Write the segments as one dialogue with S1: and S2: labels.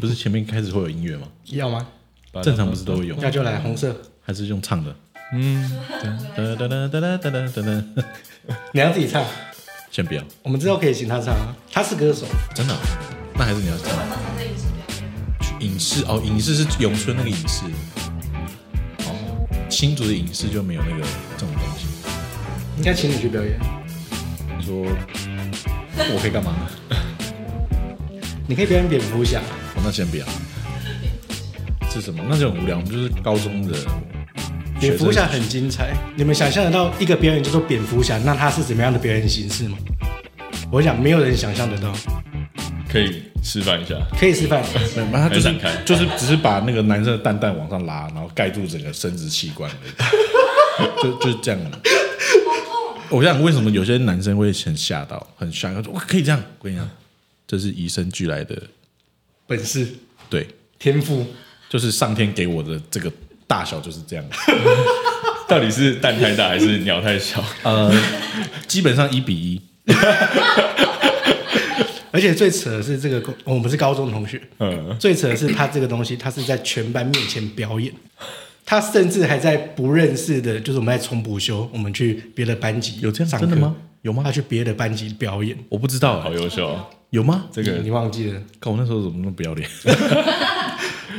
S1: 不是前面开始会有音乐吗？
S2: 要吗？
S1: 正常不是都有吗？
S2: 那就来红色。
S1: 还是用唱的？
S3: 嗯，
S1: 哒哒哒哒哒哒哒哒，
S2: 你要自己唱，
S1: 先不要，
S2: 我们之后可以请他唱啊。他是歌手，
S1: 真的啊、那还是你要唱
S4: 马上在影视表演，
S1: 影视哦，影视是永春那个影视，哦，新竹的影视就没有那个这种东西。
S2: 应该请你去表演。
S1: 你说我可以干嘛呢？
S2: 你可以表演蝙蝠侠，
S1: 哦那先不要，是什么？那就很无聊，我们就是高中的
S2: 蝙蝠侠
S1: 学生
S2: 很精彩。你们想象得到一个表演叫做蝙蝠侠，那他是怎么样的表演形式吗？我想没有人想象得到。
S3: 可以示范一下。
S2: 可以示范，
S1: 没有，他就是
S3: 很展开
S1: 就是只是把那个男生的蛋蛋往上拉，然后盖住整个生殖器官而已， 就就是这样。我想为什么有些男生会很吓到、很 shock，他说哇可以这样，我跟你讲，这是与生俱来的，
S2: 本事、
S1: 对，
S2: 天赋，
S1: 就是上天给我的这个大小就是这样。
S3: 到底是蛋太大还是鸟太小？
S1: 呃，基本上一比一，
S2: 而且最扯的是这个公，我们是高中同学，
S3: 嗯，
S2: 最扯的是他这个东西，他是在全班面前表演，他甚至还在不认识的，就是我们在重补修，我们去别的班级
S1: 有这样
S2: 上课哎
S1: 真的吗？有吗
S2: 他
S3: 哎
S2: 去别的班级表演，
S1: 我不知道、
S3: 好
S1: 欸，
S3: 优秀哦，
S1: 有吗？
S3: 这个
S2: 你忘记了？
S1: 看我那时候怎么那么不要脸？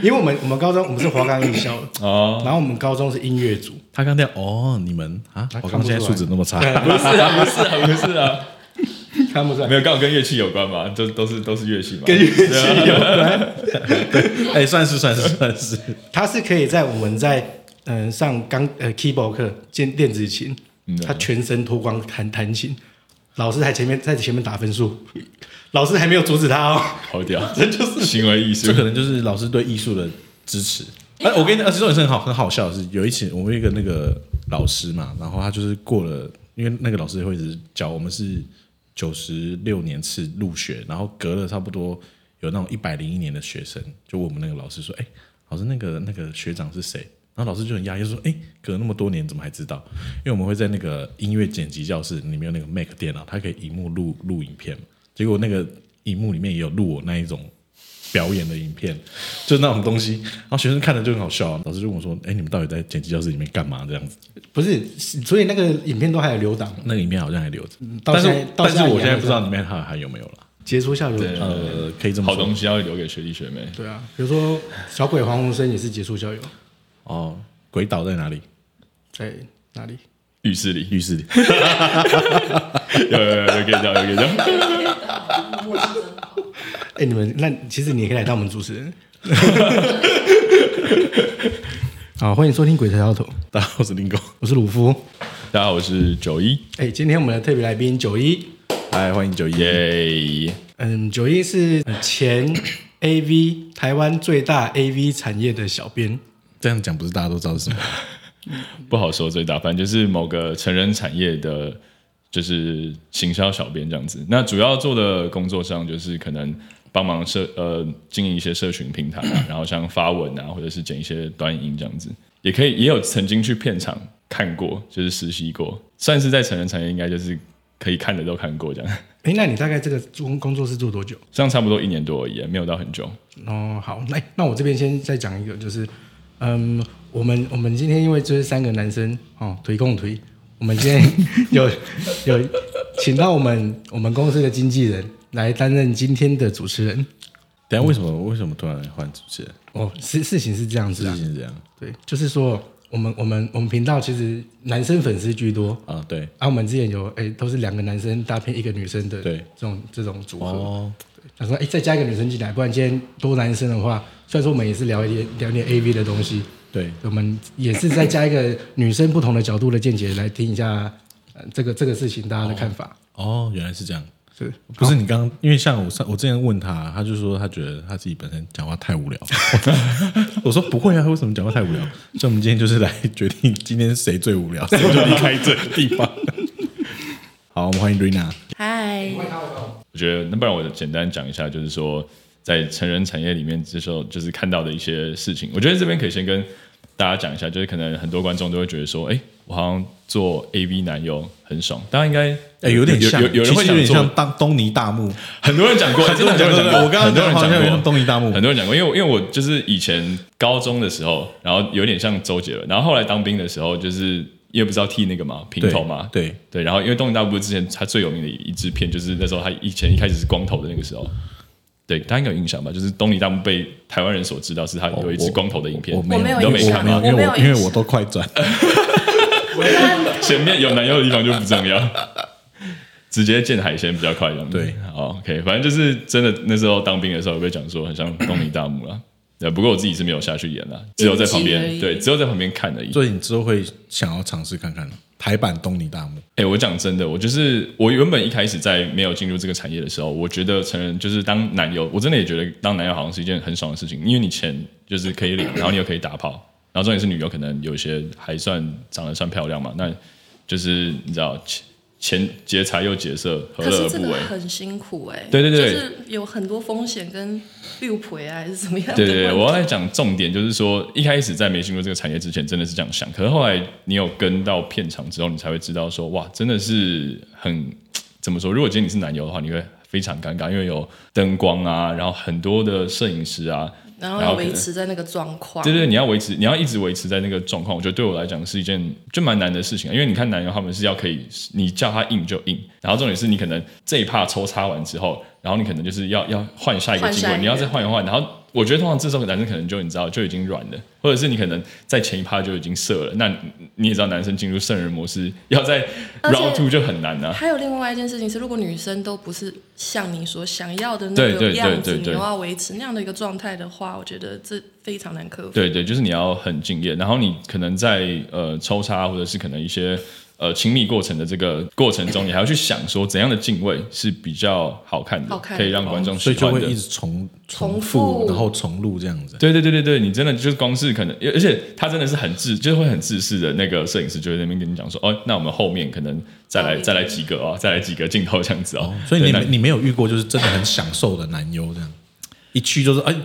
S2: 因为我们我们高中我们是华冈艺校，
S3: 哦，
S2: 然后我们高中是音乐组，
S1: 他刚掉哦，你们啊，
S2: 他
S1: 我
S2: 看
S1: 刚
S2: 不出
S1: 现在素质那么 差，
S3: 不是啊，不是啊，不是啊，
S2: 看不出来
S3: 没。有，刚好跟乐器有关嘛，就都是都是乐器嘛，
S2: 跟乐器有关，
S1: 哎、算是算是算是，
S2: 他是可以在我们在嗯、呃上钢呃 keyboard 课兼电子琴，
S3: 嗯
S2: 他全身脱光弹弹琴，老师还前面在前面打分数，老师还没有阻止他哦。
S3: 好屌，这就是行为艺术
S1: 这，可能就是老师对艺术的支持。哎、我跟你，而且重点是很好很好笑的是，有一次我们有一个那个老师嘛，然后他就是过了，因为那个老师会一直教我们是九十六年次入学，然后隔了差不多有那种一百零一年的学生，就问我们那个老师说：“哎、老师，那个那个学长是谁？”然后老师就很压抑，就说：“哎、隔了那么多年，怎么还知道？因为我们会在那个音乐剪辑教室里面有那个 Mac 电脑，它可以荧幕录录影片嘛。结果那个荧幕里面也有录我那一种表演的影片，就是那种东西。然后学生看了就很好笑、啊，老师就问我说：“哎、你们到底在剪辑教室里面干嘛？”这样子，
S2: 不是，所以那个影片都还有留档，
S1: 那个影片好像还留着，
S2: 到
S1: 但
S2: 现在
S1: 是
S2: 到
S1: 但是
S2: 现在
S1: 我现在
S2: 还
S1: 不知道里面还还有没有了。
S2: 杰出校友。
S3: 对啊
S1: 呃，可以这么
S3: 好
S1: 说
S3: 东西要留给学弟学妹，
S2: 对啊，比如说小鬼黄鸿升也是杰出校友，
S1: 哦。鬼岛在哪里？
S2: 在哪里？
S3: 浴室里，
S1: 浴室里。
S3: 有有有有可以这样，有可以这样，
S4: 我是真好。
S2: 哎、你们那其实你也可以来当我们主持人。 好，欢迎收听《鬼才摇头》，
S1: 大家好，我是林狗。
S2: 我是鲁夫。
S3: 大家好，我是九一，
S2: 哎、今天我们的特别来宾九一，
S1: 嗨，欢迎九一。
S3: 耶，
S2: 嗯，九一是前 AV 台湾最大 AV 产业的小编，
S1: 这样讲不是大家都知道是什么？
S3: 不好说最大，反正就是某个成人产业的，就是行销小编这样子。那主要做的工作上就是可能帮忙社呃经营一些社群平台啊，然后像发文啊，或者是剪一些短影音这样子，也可以也有曾经去片场看过，就是实习过，算是在成人产业应该就是可以看的都看过这样，
S2: 哎、那你大概这个工工作是做多久？
S3: 这样差不多一年多而已，没有到很久。
S2: 哦，好，那那我这边先再讲一个，就是，嗯，我们我们今天因为就是三个男生哦，推共推，我们今天有有请到我们我们公司的经纪人来担任今天的主持人。
S1: 等一下为什么为什么突然换主持人？
S2: 哦，事事情是这样子
S1: 事
S2: 啊，
S1: 情是这样
S2: 对，就是说我们我们我们频道其实男生粉丝居多，
S1: 啊？对
S2: 啊，我们之前有哎、都是两个男生搭配一个女生的，
S1: 对
S2: 这种这种组合。
S1: 哦，
S2: 想说，哎、再加一个女生进来，不然今天多男生的话，虽然说我们也是聊一点聊一点 A V 的东西，
S1: 对，
S2: 我们也是再加一个女生不同的角度的见解来听一下，呃，这个这个事情大家的看法。
S1: 哦，原来是这样。
S2: 是，
S1: 不是你刚刚，因为像我上我之前问他，他就说他觉得他自己本身讲话太无聊。 我说不会啊，为什么讲话太无聊？所以我们今天就是来决定今天谁最无聊，谁就离开这个地方。好，我们欢迎 Rina。
S4: 嗨，
S3: 嗯我觉得，那不然我简单讲一下，就是说在成人产业里面，这时候就是看到的一些事情。我觉得这边可以先跟大家讲一下，就是可能很多观众都会觉得说，哎，我好像做 AV 男优很爽，大家应该
S1: 哎，
S3: 呃
S1: 有点像，
S3: 有有人会
S1: 其实有
S3: 想
S1: 点
S3: 做
S1: 像当东尼大木，
S3: 很多人讲过，真的很多人
S1: 对
S3: 讲
S1: 对
S3: 过，
S1: 我刚刚
S3: 很多
S1: 讲
S3: 人
S1: 好像有点
S3: 讲
S1: 像
S3: 过。
S1: 东尼大木
S3: 很，多人讲过，因为我因为我就是以前高中的时候，然后有点像周杰伦，然后后来当兵的时候，就是因为不是要剃那个嘛，平
S1: 对
S3: 头嘛，
S1: 对，
S3: 对，然后因为东野大部之前他最有名的一支片，就是那时候他以前一开始是光头的那个时候，对大家应该有印象吧？就是东野大部被台湾人所知道是他有一支光头的影片，
S1: 哦我没
S3: 你
S4: 没有
S3: 都
S1: 我
S3: 没
S4: 印
S3: 看吗？
S4: 象
S1: 因
S4: 我没
S1: 为
S4: 有
S1: 我因为
S4: 印
S1: 我都快转，
S3: 前面有男优的地方就不重要， 直接见海鲜比较快，这样子
S1: 对
S3: 好，OK，反正就是真的那时候当兵的时候有被讲说很像东尼大木啦，对，不过我自己是没有下去演啦，只有在旁
S4: 应景而
S3: 边
S4: 已
S3: 对，只有在旁边看而已。
S1: 所以你之后会想要尝试看看台版东尼大木，
S3: 哎、我讲真的，我就是我原本一开始在没有进入这个产业的时候，我觉得成人就是当男友，我真的也觉得当男友好像是一件很爽的事情，因为你钱就是可以领，然后你又可以打炮，然后重点是女友可能有一些还算长得算漂亮嘛，那就是你知道钱钱劫财又劫色，何
S4: 可
S3: 乐
S4: 是
S3: 而
S4: 这
S3: 不
S4: 个
S3: 为？
S4: 很辛苦哎、
S3: 对对对
S4: 就是有很多风险跟六赔啊，还是怎么样的
S3: 对对对，
S4: 问
S3: 我要
S4: 题
S3: 来讲重点，就是说一开始在没进入这个产业之前，真的是这样想。可是后来你有跟到片场之后，你才会知道说，哇，真的是很怎么说？如果今天你是男优的话，你会非常尴尬，因为有灯光啊，然后很多的摄影师啊，
S4: 然后
S3: 然
S4: 要
S3: 后可能
S4: 维持在那个状况。
S3: 对对，你要维持，你要一直维持在那个状况，我觉得对我来讲是一件就蛮难的事情啊，因为你看男友他们是要可以，你叫他硬就硬，然后重点是你可能这一趴抽插完之后，然后你可能就是要要换下一个
S4: 换
S3: 经
S4: 下一
S3: 过，
S4: 个
S3: 你要再换一换，然后我觉得通常这时候男生可能就你知道就已经软了，或者是你可能在前一趴就已经射了，那你你也知道男生进入圣人模式要在
S4: 而且
S3: round two 就很难啊。
S4: 还有另外一件事情是，如果女生都不是像你所想要的那
S3: 对对
S4: 个样子，
S3: 对对
S4: 你
S3: 对
S4: 又要维持那样的一个状态的话，我觉得这非常难克服。
S3: 对对，就是你要很敬业，然后你可能在呃抽插或者是可能一些呃亲密过程的这个过程中，你还要去想说怎样的敬畏是比较好看的，
S4: 好看的
S3: 可以让观众喜
S1: 哦所以就
S3: 欢
S1: 会
S3: 的
S1: 一。直重
S4: 重
S1: 复，
S4: 复
S1: 然后重录这样子。
S3: 对对对对对，你真的就是光是可能，而而且他真的是很自，就是会很自私的那个摄影师就会在那边跟你讲说，哦，那我们后面可能再来
S4: 哦
S3: 再来几个啊、再来几个镜头这样子哦。
S1: 所以
S3: 对
S1: 你
S3: 那
S1: 没你没有遇过就是真的很享受的男优这样，一去就是哎，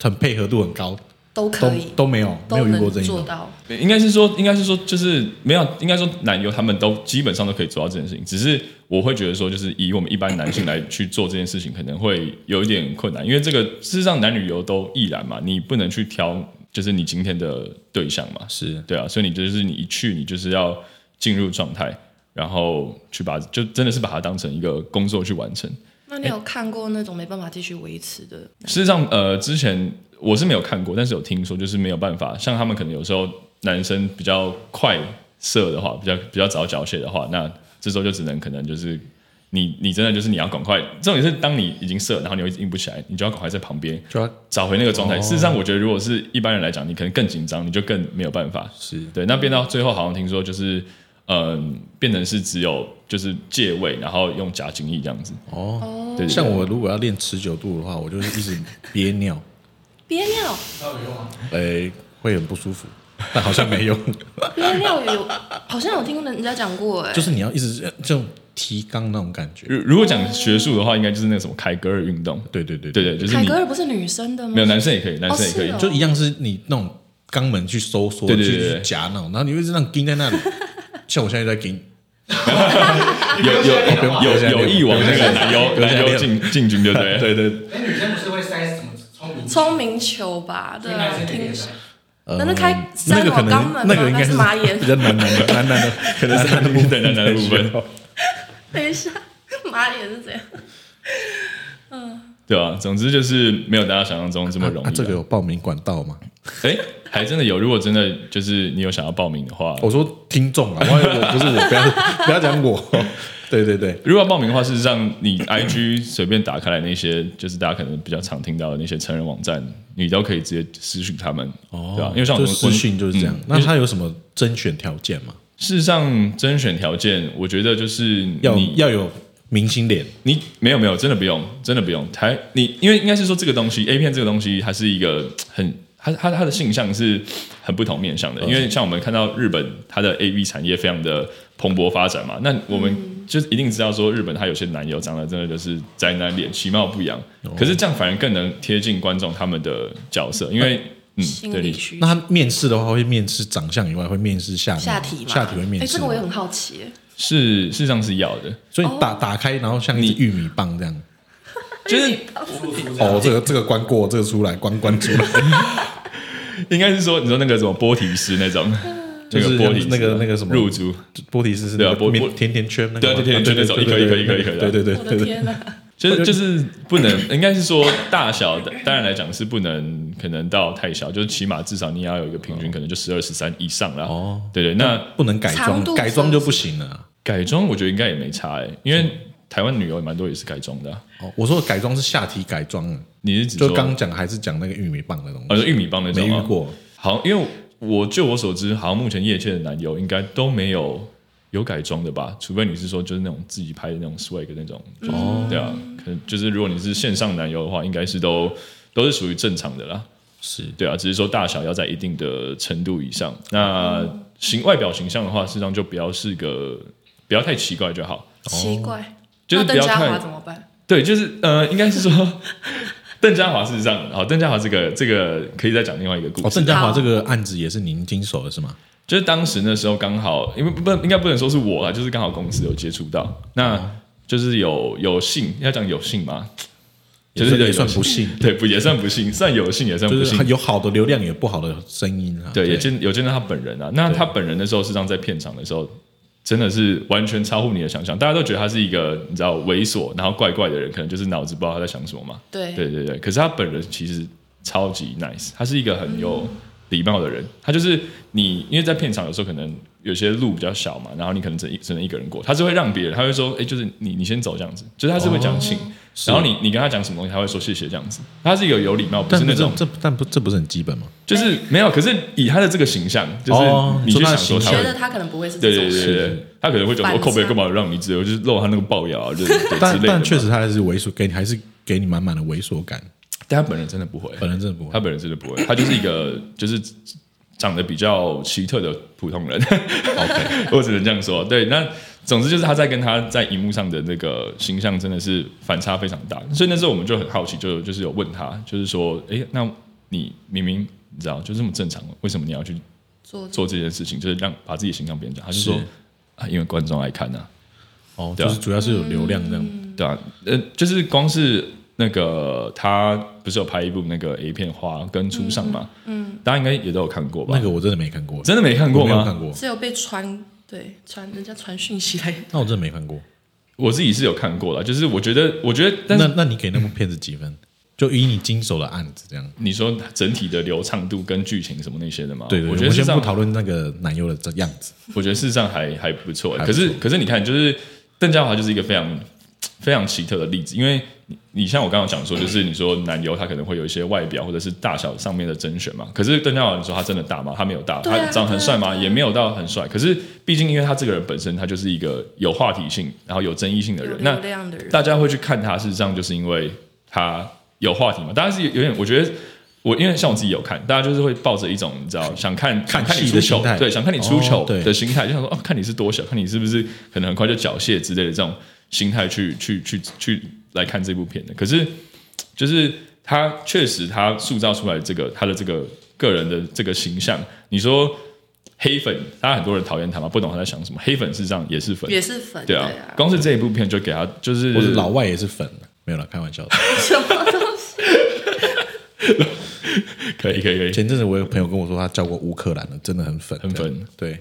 S1: 很配合度很高，
S4: 都
S1: 都
S4: 可以，
S1: 都没有没
S4: 都
S1: 有遇过
S4: 能
S1: 这一
S4: 做
S1: 种。
S4: 到。
S3: 应该是说，应该是说，就是没有，应该说男优他们都基本上都可以做到这件事情，只是我会觉得说，就是以我们一般男性来去做这件事情，可能会有一点困难，因为这个事实上男女优都亦然嘛，你不能去挑，就是你今天的对象嘛，
S1: 是
S3: 对啊，所以你就是你一去，你就是要进入状态，然后去把就真的是把它当成一个工作去完成。
S4: 那你有看过那种没办法继续维持的？
S3: 事实上，呃，之前我是没有看过，但是有听说，就是没有办法，像他们可能有时候男生比较快射的话，比较比较早缴械的话，那这时候就只能可能就是你你真的就是你要赶快，重点是当你已经射，然后你又硬不起来，你就要赶快在旁边
S1: 就要
S3: 找回那个状态。
S1: 哦
S3: 事实上，我觉得如果是一般人来讲，你可能更紧张，你就更没有办法。
S1: 是
S3: 对，那变到最后好像听说就是，嗯、变成是只有就是借位，然后用假精液这样子。
S1: 哦。
S3: 对对对
S1: 像我如果要练持久度的话，我就是一直憋尿，
S4: 憋尿，
S1: 哎，会很不舒服，但好像没 用。
S4: 憋尿有，好像有听人家讲过、哎，
S1: 就是你要一直呃这种提肛那种感觉。
S3: 如如果讲学术的话，应该就是那个什么凯格尔运动。
S1: 对对对
S3: 对对，就是
S4: 凯
S3: 你
S4: 格尔不是女生的吗？
S3: 没有男生也可以，男生也可以，
S4: 是哦
S1: 就一样是你那种肛门去收缩，
S3: 对对
S1: 去
S3: 对
S1: 去夹那种，然 后你会一直让钉在那里。像我现在就在钉，
S3: 有有有有有意往那个男优
S1: 不用
S3: 男
S1: 下
S3: 优
S1: 练
S3: 进进军，对不对？对对，
S5: 哎，女生不是会塞什么聪明？
S4: 聪明球吧？对啊
S5: 男，生也可
S4: 听
S5: 以
S4: 说
S5: 塞。
S1: 呃
S4: 那那开
S1: 那个可
S4: 塞往肛
S1: 能
S4: 门吗
S1: 那 个应该
S4: 还是 马眼
S1: 比较难难的难难的，可能是
S3: 男的部分，男的 部分，
S4: 等一下，马脸是怎样？
S3: 对啊，总之就是没有大家想象中这么容易
S1: 啊
S3: 啊。
S1: 这个有报名管道吗？
S3: 哎，还真的有。如果真的就是你有想要报名的话，
S1: 我说听众啊，我我不是我，不要不要讲我。对对对，
S3: 如果要报名的话，事实上你 IG 随便打开来那些，就是大家可能比较常听到的那些成人网站，你都可以直接私讯他们，对啊，因为像我
S1: 就
S3: 们
S1: 私讯就是这样
S3: 嗯。
S1: 那他有什么甄选条件吗？
S3: 事实上甄选条件，我觉得就是
S1: 要
S3: 你
S1: 要有明星脸，
S3: 你没有没有，真的不用，真的不用。台你因为应该是说这个东西，A 片这个东西，它是一个很它它它的性向是很不同面向的。
S4: 嗯
S3: 因为像我们看到日本，它的 A V 产业非常的蓬勃发展嘛，那我们
S4: 嗯
S3: 就一定知道说，日本它有些男优长得真的就是
S4: 哦
S3: 宅男脸，其貌不扬。可是这样反而更能贴近观众他们的角色，因为嗯
S4: 心
S3: 对
S4: 理需
S1: 那他面试的话，会面试长相以外，会面试下面
S4: 下体嘛，
S1: 下体会面
S4: 哎，
S1: 试。
S4: 这个我也很哦好奇耶，
S3: 是事实上是要的，
S1: 所以你打打开，然后像一只玉米棒这样。
S3: 就是
S1: 哦，这个这个关过，这个出来，关关出来，
S3: 应该是说你说那个什么波提斯那种，
S4: 嗯
S1: 就是
S3: 那个波提斯
S1: 那个那个什么
S3: 入珠，
S1: 波提斯是
S3: 对啊
S1: 那
S3: 波
S1: 个面
S3: 波
S1: 甜甜圈那个
S3: 对啊
S1: 吗，
S3: 甜甜圈那种
S1: 对对对
S3: 一颗一颗一颗一颗的
S1: 对对对
S4: 我
S1: 对对。
S4: 的天哪！
S3: 就是就是不能， 应该是说大小，当然来讲是不能，可能到太小，就是起码至少你要有一个平均，可能就十二十三以上啦。
S1: 哦，
S3: 对对，那
S1: 不能改装
S4: 长，度
S1: 改装就不行了啊。
S3: 改装我觉得应该也没差哎，因为台湾女优也蛮多也是改装的啊。
S1: 哦，我说的改装是下体改装啊，
S3: 你是指
S1: 就
S3: 说
S1: 刚讲的还是讲那个玉米棒的东西，
S3: 呃玉米棒那种
S1: 没
S3: 吗
S1: 遇过。
S3: 好，因为我就我所知，好像目前业界的男优应该都没有有改装的吧？除非你是说就是那种自己拍的那种 swag 那种，就是、
S1: 哦
S3: 对啊，可能就是如果你是线上男优的话，应该是都都是属于正常的啦。
S1: 是
S3: 对啊，只是说大小要在一定的程度以上。那形外表形象的话，事实上就不要是个不要太奇怪就好，
S4: 奇怪，
S3: 就是
S4: 那
S3: 不
S4: 啊邓
S3: 要
S4: 家华
S3: 太
S4: 怎么办？
S3: 对，就是呃，应该是说 邓家华事实上，好，邓家华这个这个可以再讲另外一个故
S1: 哦，
S3: 事。
S1: 郑家华
S4: 好
S1: 这个案子也是您经手的是吗？
S3: 就是当时那时候刚好，因为不应该不能说是我啦，就是刚好公司有接触到，那
S1: 嗯
S3: 就是有有幸要讲有幸嘛，就是
S1: 也算
S3: 有
S1: 也算
S3: 幸
S1: 不幸，
S3: 对不也算不幸，算有幸也算不
S1: 就
S3: 幸
S1: 是，有好的流量，也有不好的声音啊。
S3: 对，也见有见到他本人啊。那他本人的时候，事实上在片场的时候，真的是完全超乎你的想象。大家都觉得他是一个你知道猥琐，然后怪怪的人，可能就是脑子不知道他在想什么嘛。
S4: 对
S3: 对对对，可是他本人其实超级 nice，他是一个很有礼貌的人。他就是你，因为在片场有时候可能有些路比较小嘛，然后你可能只只能一个人过，他是会让别人，他会说，哎、就是你你先走这样子，就是他是会讲请。然后你你跟他讲什么东西，他会说谢谢这样子。他是一个有礼貌，不
S1: 但
S3: 是
S1: 不
S3: 那
S1: 是
S3: 种
S1: 这但不这不是很基本吗？
S3: 就是没有，可是以他的这个形象，就是
S1: 哦
S3: 你去想
S1: 说
S3: 说
S1: 他
S3: 他
S1: 的形
S4: 觉得
S3: 会，
S4: 他可能不会是
S3: 对
S4: 这
S3: 对
S4: 种
S3: 对
S4: 事，
S3: 对对，他可能会觉得我
S4: 反
S3: 靠背
S4: 差
S3: 干嘛让你自由，就是露他那个龅牙啊，就是对之
S1: 但
S3: 类的嘛。
S1: 但确实，他还是猥琐，给你还是给你满满的猥琐感。
S3: 但他本人真的不会，
S1: 本人真的不会
S3: 他，本人真的不会，他就是一个就是长得比较奇特的普通人。OK，我只 能这样说。对，那总之就是他在跟他在荧幕上的那个形象真的是反差非常大，所以那时候我们就很好奇，就就是有问他，就是说，哎、那你明明你知道就这么正常，为什么你要去
S4: 做
S3: 做这件事情，就是让把自己的形象变成这样。他就是说啊，因为观众爱看呐、
S1: 哦，
S3: 对啊
S1: 就是主要是有流量这样。
S3: 对啊，呃，就是光是那个他不是有拍一部那个 A 片花跟初上嘛，嗯，大家应该也都有看过吧？
S1: 那个我真的没看过，
S3: 真的没看过
S1: 我没有
S3: 吗？
S1: 看过，
S4: 只有被传对传人家传讯息来，
S1: 那我真的没看过。
S3: 我自己是有看过啦，就是我觉得，我觉得，但
S1: 那
S3: 是
S1: 那你给那部片子几分？就以你经手的案子这样。
S3: 你说整体的流畅度跟剧情什么那些的嘛，
S1: 对对，对
S3: 我觉得
S1: 们
S3: 事实
S1: 先
S3: 上
S1: 不讨论那个男优的这样子。
S3: 我觉得事实上还还不错欸。
S1: 还
S3: 可
S1: 不错
S3: 是可是你看，就是邓家华就是一个非常非常奇特的例子，因为你你像我刚刚讲说，就是你说男优他可能会有一些外表或者是大小上面的甄选嘛。可是邓家华，你说他真的大吗？他没有大，
S4: 对啊
S3: 他长得很帅吗？
S4: 对啊
S3: 也没有到很帅。可是毕竟因为他这个人本身他就是一个有话题性，然后有争议性的
S4: 有
S3: 人，
S4: 流
S3: 那
S4: 量的人，
S3: 大家会去看他，事实上就是因为他有话题嘛。大家是有有点，我觉得。我因为像我自己有看，大家就是会抱着一种你知道想看
S1: 看
S3: 想看你
S1: 戏
S3: 出
S1: 的
S3: 糗
S1: 心态，
S3: 对，想看你出糗
S1: 哦对
S3: 的心态，就想说哦，看你是多小，看你是不是可能很快就缴械之类的这种心态去去去去来看这部片的。可是就是他确实他塑造出来这个他的这个个人的这个形象，你说黑粉，大家很多人讨厌他嘛，不懂他在想什么，黑粉事实上也是粉，
S4: 也是粉，
S3: 对啊，
S4: 啊，
S3: 光是这一部片就给他就是
S1: 我是老外也是粉，啊没有了，开玩笑的。
S4: 什么东西？
S3: 可以可以可以，
S1: 前阵子我有朋友跟我说，他叫过乌克兰的，真的很粉，
S3: 很粉
S1: 这样。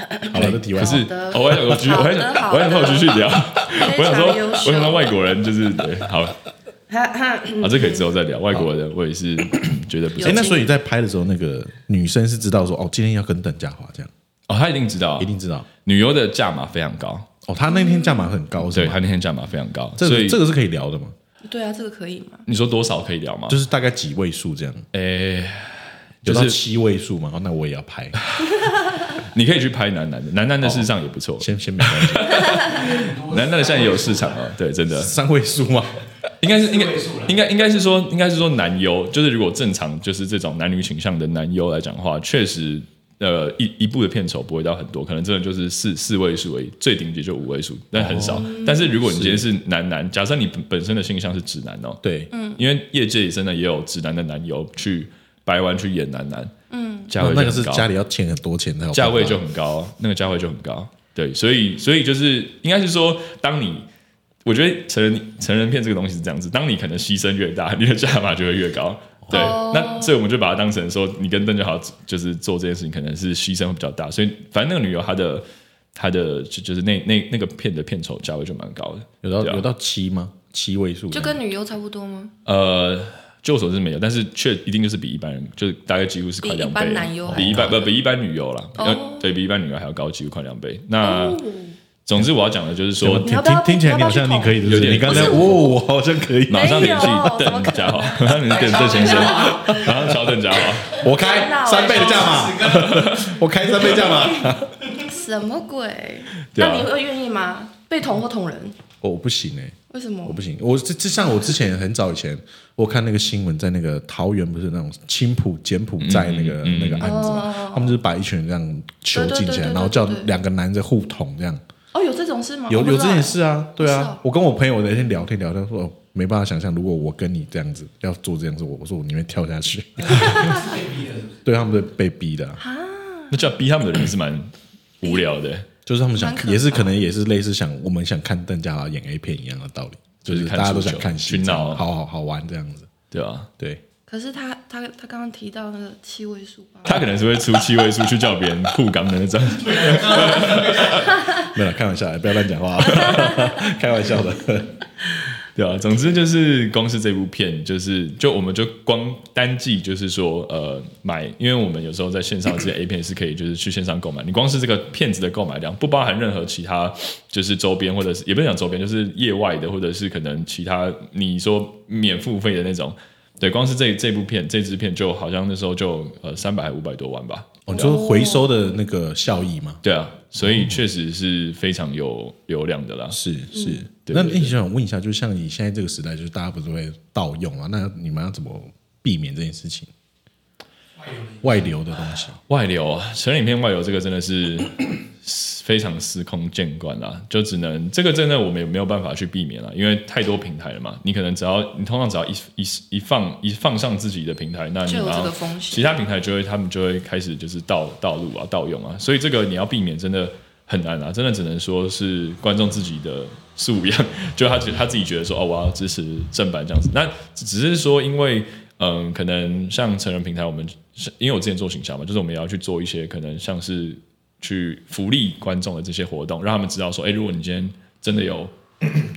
S1: 对，好了，这题外
S3: 可
S1: 话
S3: 是
S4: 好的
S3: 哦我还想我继续，我还想
S4: 好的好
S3: 我
S4: 的
S3: 还想我继续 聊，我
S4: 非
S3: 想
S4: 常
S3: 说
S4: 优秀
S3: 我想到外国人就是对，好啊，这可以之后再聊外国人，我也 是觉得不
S4: 有
S1: 哎，
S3: 是
S1: 那所以在拍的时候，那个女生是知道说，哦，今天要跟邓家华这样，
S3: 哦，他一定知道啊
S1: 一，定知道。
S3: 女优的价码非常高，
S1: 哦，他那天价码很高，是
S3: 对
S1: 吗
S3: 他？那天价码非常高，
S1: 这
S3: 所以
S1: 个这个是可以聊的嘛？
S4: 对啊，这个可以吗？
S3: 你说多少可以聊吗？
S1: 就是大概几位数这样，
S3: 诶，
S1: 有
S3: 就
S1: 到
S3: 是
S1: 七位数嘛？哦那我也要 拍，
S3: 你可以去拍男男的，男男的事实上也不错，
S1: 先先没关系，
S3: 男男的现在也有市场啊，对，真 的，
S1: 三位数嘛？
S3: 应该是应该
S5: 四位数啦
S3: 应该应该是说应该是说男优，就是如果正常就是这种男女倾向的男优来讲的话，确实呃一一部的片酬不会到很多，可能真的就是四四位数而已，最顶级就五位数，但很少。但是如果你今天是男男，假设你本本身的性向是直男哦，
S1: 对，
S3: 因为业界真的也有直男的男优去白丸去演男男，嗯，价
S1: 那
S3: 位
S1: 那
S3: 就
S1: 个
S3: 很
S1: 是
S3: 高
S1: 家里要欠很多钱才有办法
S3: 价位就很高，那个价位就很高。对，所以所以就是应该是说，当你我觉得成人成人片这个东西是这样子，当你可能牺牲越大，你的价码就会越高。对，
S4: 哦
S3: 那所以我们就把它当成说，你跟邓家豪就是做这件事情，可能是牺牲会比较大。所以反正那个女优她的她的就就是那那那个片的片酬价位就蛮高的。
S1: 有到
S3: 对啊
S1: 有到七吗？七位数
S4: 就跟女优差不多吗？
S3: 呃，据我所知没有，但是却一定就是比一般人，就是大概几乎是快
S4: 比
S3: 两
S4: 一
S3: 倍
S4: 般
S3: 了，
S4: 男优还
S3: 比一般呃
S4: 高
S3: 不比一般女优啦，
S4: 哦
S3: 呃对比一般女优还要高，几乎快两倍。那、
S4: 哦，
S3: 总之我要讲的就是说，
S1: 听
S4: 要不要
S1: 听听起来
S4: 你
S1: 你
S4: 要
S1: 好
S4: 不要
S1: 像
S4: 去
S1: 你
S4: 捅
S1: 可以，对不对？
S3: 有点
S1: 你刚才
S3: 不
S1: 哦，
S3: 是
S1: 我好像可以，
S3: 马上联系
S4: 没有怎么
S3: 邓
S4: 可能
S3: 家豪，马上联系邓邓先 生，马上敲邓家豪。
S1: 我
S4: 天
S1: 开
S4: 哪我
S1: 三倍的价码， 我开三倍价 码，
S4: 什么鬼？
S3: 对啊
S4: 那你会愿意吗？被捅或捅人？
S1: 我不行哎。
S4: 为什么？
S1: 我不行，我这这像我之前很早以前，我看那个新闻，在那个桃园不是那种青浦柬埔寨那个、那个案子嘛，他们就是把一群人这样囚禁
S4: 哦对对
S1: 起
S4: 对
S1: 来，
S4: 对
S1: 然后叫
S4: 对对
S1: 两个男的互捅这样，
S4: 哦，有这种事吗？
S1: 有
S4: 我不
S1: 有
S4: 知
S1: 这
S4: 道
S1: 件事啊，对
S4: 是哦
S1: 啊，我跟我朋友那天聊天聊天说，哦没办法想象，如果我跟你这样子要做这样子，我我说我宁愿跳下去，
S5: 被逼的，是不是
S1: 对他们是被逼的啊、
S3: 那叫逼他们的人是蛮无聊的，
S1: 就是他们想
S4: 蛮可怕
S1: 也是可能也是类似想我们想看邓家华演 A 片一样的道理，就
S3: 就是是看
S1: 大家都
S3: 足
S1: 想
S3: 球
S1: 看戏
S3: 去
S1: 这样
S3: 闹
S1: 好好好玩这样子，
S3: 对啊，
S1: 对。
S4: 可是他他他刚刚提到那个七位数吧？
S3: 他可能是会出七位数去叫别人酷港的那种。
S1: 没有啦，开玩笑，不要乱讲话， 开玩笑的。
S3: 对啊，总之就是光是这部片，就是就我们就光单季就是说呃买，因为我们有时候在线上这些 A 片是可以就是去线上购买，你光是这个片子的购买量，不包含任何其他就是周边或者是也不是讲周边，就是业外的或者是可能其他你说免付费的那种。对，光是这这部片这支片就好像那时候就呃三百还五百多万吧，
S1: 哦，你说回收的那个效益吗？
S3: 对啊，所以确实是非常有流量的啦。
S1: 是是。
S3: 对
S1: 嗯那
S3: 对对
S1: 你想问一下，就像你现在这个时代，就是大家不是会盗用啊？那你们要怎么避免这件事情？外流的东西，
S3: 外流啊，成人影片外流这个真的 是非常司空见惯啦，就只能这个真的我们也没有办法去避免了，啊因为太多平台了嘛。你可能只要你通常只要一一一放一放上自己的平台，那你
S4: 就有
S3: 马上
S4: 这个风险
S3: 其他平台就会他们就会开始就是盗盗录啊、盗用啊，所以这个你要避免真的很难啊，真的只能说是观众自己的素养， 就他觉他自己觉得说哦，我要支持正版这样子。那只只是说因为嗯，可能像成人平台，我们是因为我之前做形象嘛，就是我们也要去做一些可能像是去福利观众的这些活动，让他们知道说，哎、如果你今天真的有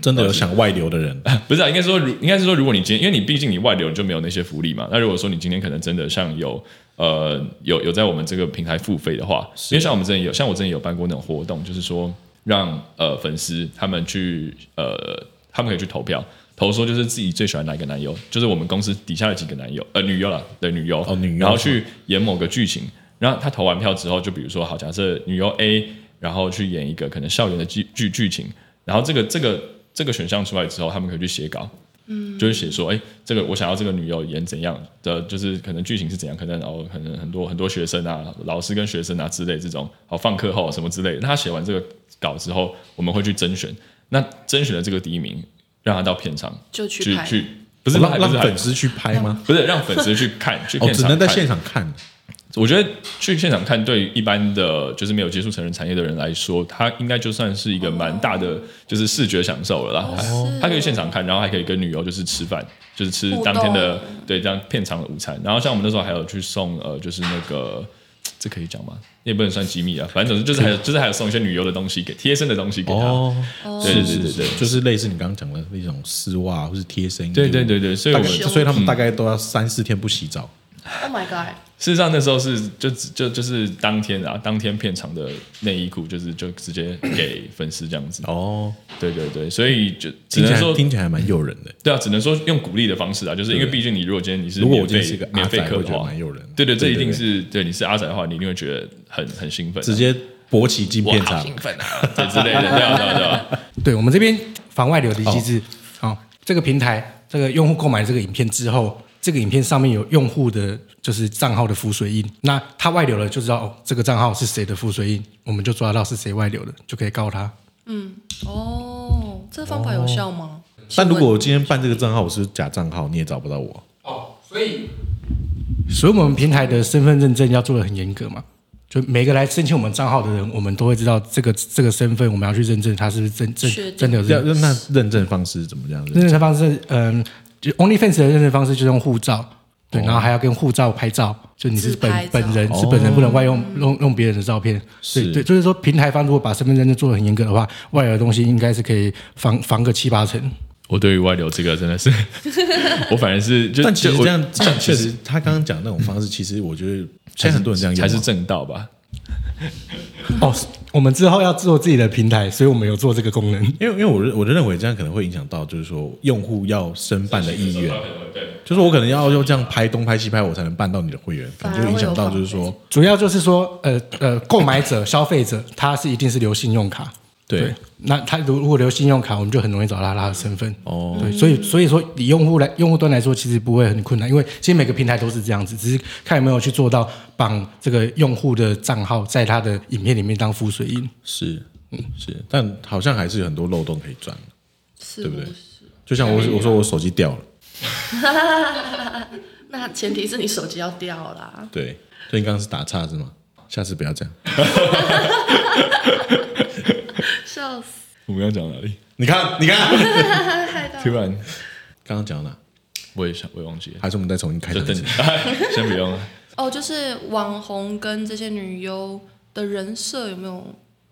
S1: 真的有想外流的 人，
S3: 不是啊，应该说如应该是说，如果你今天，因为你毕竟你外流你就没有那些福利嘛。那如果说你今天可能真的像有呃有有在我们这个平台付费的话，因为像我们之前有像我之前有办过那种活动，就是说让呃粉丝他们去呃他们可以去投票。投说就是自己最喜欢哪一个男优，就是我们公司底下的几个男优，呃，女优啦，对女优，
S1: 哦女优
S3: 然后去演某个剧情，然后他投完票之后，就比如说好，假设女优 A，然后去演一个可能校园的剧剧剧情，然后这个这个这个选项出来之后，他们可以去写稿，嗯，就是写说，哎，这个我想要这个女优演怎样的，就是可能剧情是怎样，可能哦，可能很多很多学生啊，老师跟学生啊之类这种，好放课后什么之类的。那他写完这个稿之后，我们会去甄选，那甄选的这个第一名，让他到片场
S4: 就去
S3: 去
S4: 拍
S3: 去，不是
S1: 让
S3: 拍
S1: 让
S3: 不是拍
S1: 粉丝去拍吗？
S3: 不是让粉丝去看，去
S1: 哦，
S3: 片
S1: 只
S3: 场
S1: 能在
S3: 看
S1: 现场看。
S3: 我觉得去现场看，对于一般的就是没有接触成人产业的人来说，它应该就算是一个蛮大
S1: 哦
S3: 的，就是视觉享受了啦。
S4: 哦
S3: 他可以现场看，然后还可以跟女优就是吃饭，就是吃
S4: 互动
S3: 当天的对当片场的午餐。然后像我们那时候还有去送呃，就是那个这可以讲吗？也不能算机密啊，反正总之就是还有就是还有送一些女优的东西给贴身的东西给他。
S1: 哦，
S3: 对
S1: 是
S3: 对
S1: 是
S3: 对对
S1: 是，就是类似你刚刚讲的那种丝袜或是贴身衣。
S3: 对对。对对，所以
S1: 大
S3: 我
S1: 概，
S3: 们嗯
S4: 是
S1: 所以他们大概都要三四天不洗澡，
S4: Oh my god！
S3: 事实上那时候是就就就是当天啊，当天片场的内衣裤就是就直接给粉丝这样子。
S1: 哦，
S3: 对对对，所以就只
S1: 听起
S3: 能
S1: 来
S3: 说，
S1: 听起来还蛮诱人的。
S3: 对啊，只能说用鼓励的方式啊，就是因为毕竟你如果今天你是
S1: 如果我今
S3: 免费
S1: 天是一个阿
S3: 免费
S1: 仔，
S3: 课
S1: 我
S3: 的
S1: 觉得
S3: 话
S1: 蛮，诱人的。
S3: 对对，这一定
S1: 对
S3: 是对你是阿仔的话，你一定会觉得很很兴奋啊、
S1: 直接勃起进片场，
S3: 奋啊，对之 类的，对啊对啊对啊，
S2: 对我们这边防外流的机制，好、这个平台这个用户购买这个影片之后，这个影片上面有用户的就是账号的浮水印，那他外流了就知道哦，这个账号是谁的浮水印，我们就抓到是谁外流的，就可以告他。
S4: 嗯，哦，这方法有效吗？
S1: 但如果我今天办这个账号我是假账号，你也找不到我。
S5: 哦，所以
S2: 所以我们平台的身份认证要做的很严格嘛，就每个来申请我们账号的人，我们都会知道这个这个身份，我们要去认证他是不是真真
S4: 确定
S2: 真的
S1: 要
S2: 是
S1: 那认证方式怎么样子？
S2: 认证方式，嗯，就 OnlyFans 的认证方式就是用护照，对，然后还要跟护照拍照，就你是
S4: 自
S2: 本
S4: 拍照嗯
S2: 本人
S1: 哦
S2: 是本人，不能外用用用别人的照片。对
S1: 是
S2: 对，就是说平台方如果把身份认证做的很严格的话，外流的东西应该是可以防防个七八成。
S3: 我对于外流这个真的是， 我反而是就
S1: 但其实
S3: 就我
S1: 这样， 这样确实，他刚刚讲那种方式，其实我觉得现在很多人这样用啊
S3: 才
S1: 嘛，
S3: 是正道吧。
S2: 哦，我们之后要做自己的平台，所以我们有做这个功能。
S1: 因为因为我认我认为这样可能会影响到，就是说用户要申办的意愿，就是我可能要用这样拍东拍西拍，我才能办到你的会员，可
S4: 反
S1: 能
S4: 而
S1: 就会影响到就是说，
S2: 主要就是说，呃呃，购买者、消费者，他是一定是留信用卡。
S1: 对，
S2: 那他如如果留信用卡，我们就很容易找到他的身份。
S1: 哦，
S2: 对，所以所以说，以用户来用户端来说，其实不会很
S3: 嗯
S2: 困难，因为其实每个平台都是这样子，只是看有没有去做到绑这个用户的账号在他的影片里面当浮水印。
S1: 是，嗯是，但好像还是有很多漏洞可以钻。
S4: 是
S1: 对不
S4: 不
S1: 对
S4: 是？
S1: 就像我我说我手机掉了，
S4: 那前提是你手机要掉啦。
S1: 对，所以你刚刚是打岔是吗？下次不要这样。
S4: 笑死，
S3: 我们刚讲哪里？
S1: 你看，你看，
S4: 害到
S3: 突然
S1: 刚刚讲到哪？
S3: 我也想，我也忘记了，
S1: 还是我们再重新开
S3: 就
S1: 一
S3: 等你
S1: 次？，
S3: 先不用了。
S4: 哦，就是网红跟这些女优的人设有没有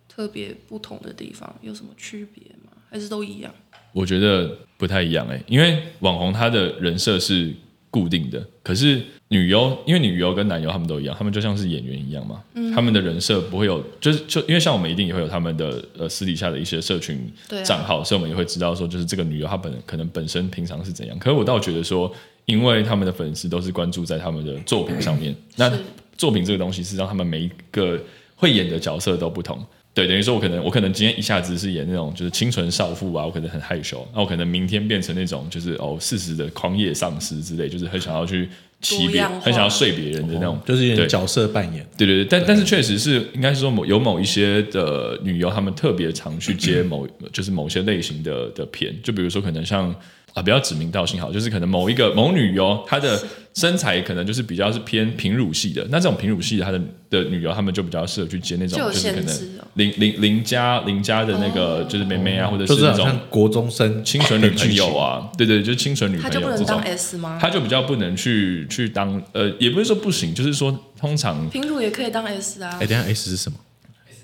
S4: 特别不同的地方？有什么区别吗？还是都一样？
S3: 我觉得不太一样哎、因为网红他的人设是固定的，可是女优，因为女优跟男优他们都一样，他们就像是演员一样嘛，
S4: 嗯
S3: 他们的人设不会有，就是就因为像我们一定也会有他们的呃私底下的一些社群
S4: 对啊
S3: 账号，所以我们也会知道说，就是这个女优她本可能本身平常是怎样。可是我倒觉得说，因为他们的粉丝都是关注在他们的作品上面，那
S4: 是
S3: 作品这个东西是让他们每一个会演的角色都不同。对，等于说我可能我可能今天一下子是演那种就是清纯少妇啊，我可能很害羞，那我可能明天变成那种就是哦四十的狂野丧尸之类，就是很想要去骑
S4: 多
S3: 别，
S4: 样化
S3: 很想要睡别人的那种，
S1: 哦就是有
S3: 对
S1: 点角色扮演，
S3: 对对对，但但是确实是应该是说某有某一些的女优，她们特别常去 接某就是某些类型的的片，就比如说可能像啊，不要指名道姓好，就是可能某一个某女优，她的身材可能就是比较是偏平乳系的，那这种平乳系的她的的女优，她们就比较适合去接那种
S4: 就有
S3: 就是可
S4: 限制
S3: 能
S4: 哦
S3: 邻邻邻家邻家的那个就是妹妹啊，或者
S1: 就是是
S3: 那
S1: 好
S3: 种
S1: 像国中生
S3: 清纯女朋友啊，对对，就是清纯女
S4: 他
S3: 朋
S4: 就不
S3: 友
S4: 能
S3: 这
S4: 当
S3: 种。
S4: S 吗？
S3: 她就比较不能去去当呃，也不是说不行，就是说通常
S4: 平乳也可以当 S 啊
S1: 的剧情。哎，等一下 S 是什么？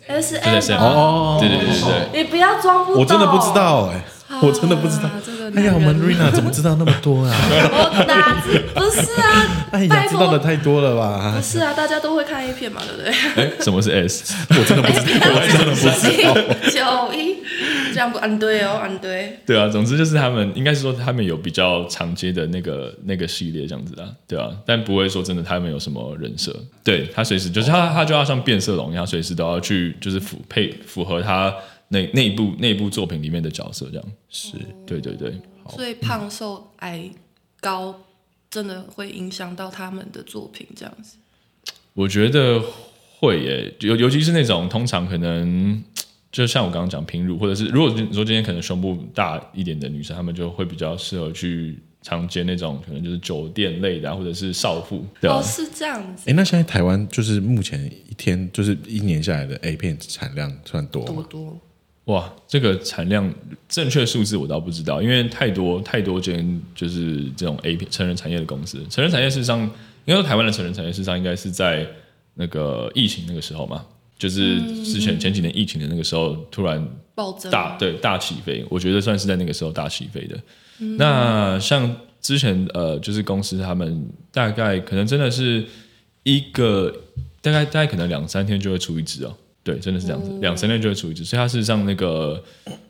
S4: ，S
S3: 就在
S4: M
S3: 身
S4: 啊
S3: 边。
S1: 哦
S3: 对对对对对，
S4: 你不要装不懂，
S1: 我真的不知，道哎，我真的不知道。
S4: 啊这
S1: 哎
S4: 个男
S1: 呀，我
S4: 人
S1: 们 Rina 怎么知道那么多啊？
S4: 我哪知不是啊？
S1: 哎呀，
S4: 拜
S1: 知道的
S4: 托，
S1: 太多了吧
S4: 不？是啊，大家都会看 A 片嘛，对不对？
S3: 哎，什么是 S？
S1: 我真的不知道，我还真的不知道。
S4: 九一，这样不安对哦，安对。
S3: 对啊，总之就是他们应该是说他们有比较常接的那个那个系列这样子啊，对啊，但不会说真的他们有什么人设，对他随时就是他他就要像变色龙一样，随时都要去就是符配符合他那内部内部作品里面的角色这样，是对对对，
S4: 所以胖瘦矮高真的会影响到他们的作品这样子。
S3: 我觉得会耶，尤尤其是那种通常可能就像我刚刚讲平乳，或者是如果你说今天可能胸部大一点的女生，她们就会比较适合去常接那种可能就是酒店类的、啊，或者是少妇，对吧、啊
S4: 哦，是这样子，
S1: 哎，那现在台湾就是目前一天就是一年下来的 A 片产量算多
S4: 多
S1: 吗？
S4: 多
S3: 哇，这个产量正确数字我倒不知道，因为太多太多间就是这种 A 片成人产业的公司，成人产业事实上，应该说台湾的成人产业事实上应该是在那个疫情那个时候嘛，就是之前前几年疫情的那个时候，突然
S4: 暴增
S3: 大对大起飞，我觉得算是在那个时候大起飞的。那像之前呃，就是公司他们大概可能真的是一个大概大概可能两三天就会出一只哦，对，真的是这样
S4: 哦
S3: 子，两三天就会出一只，所以它事实上那个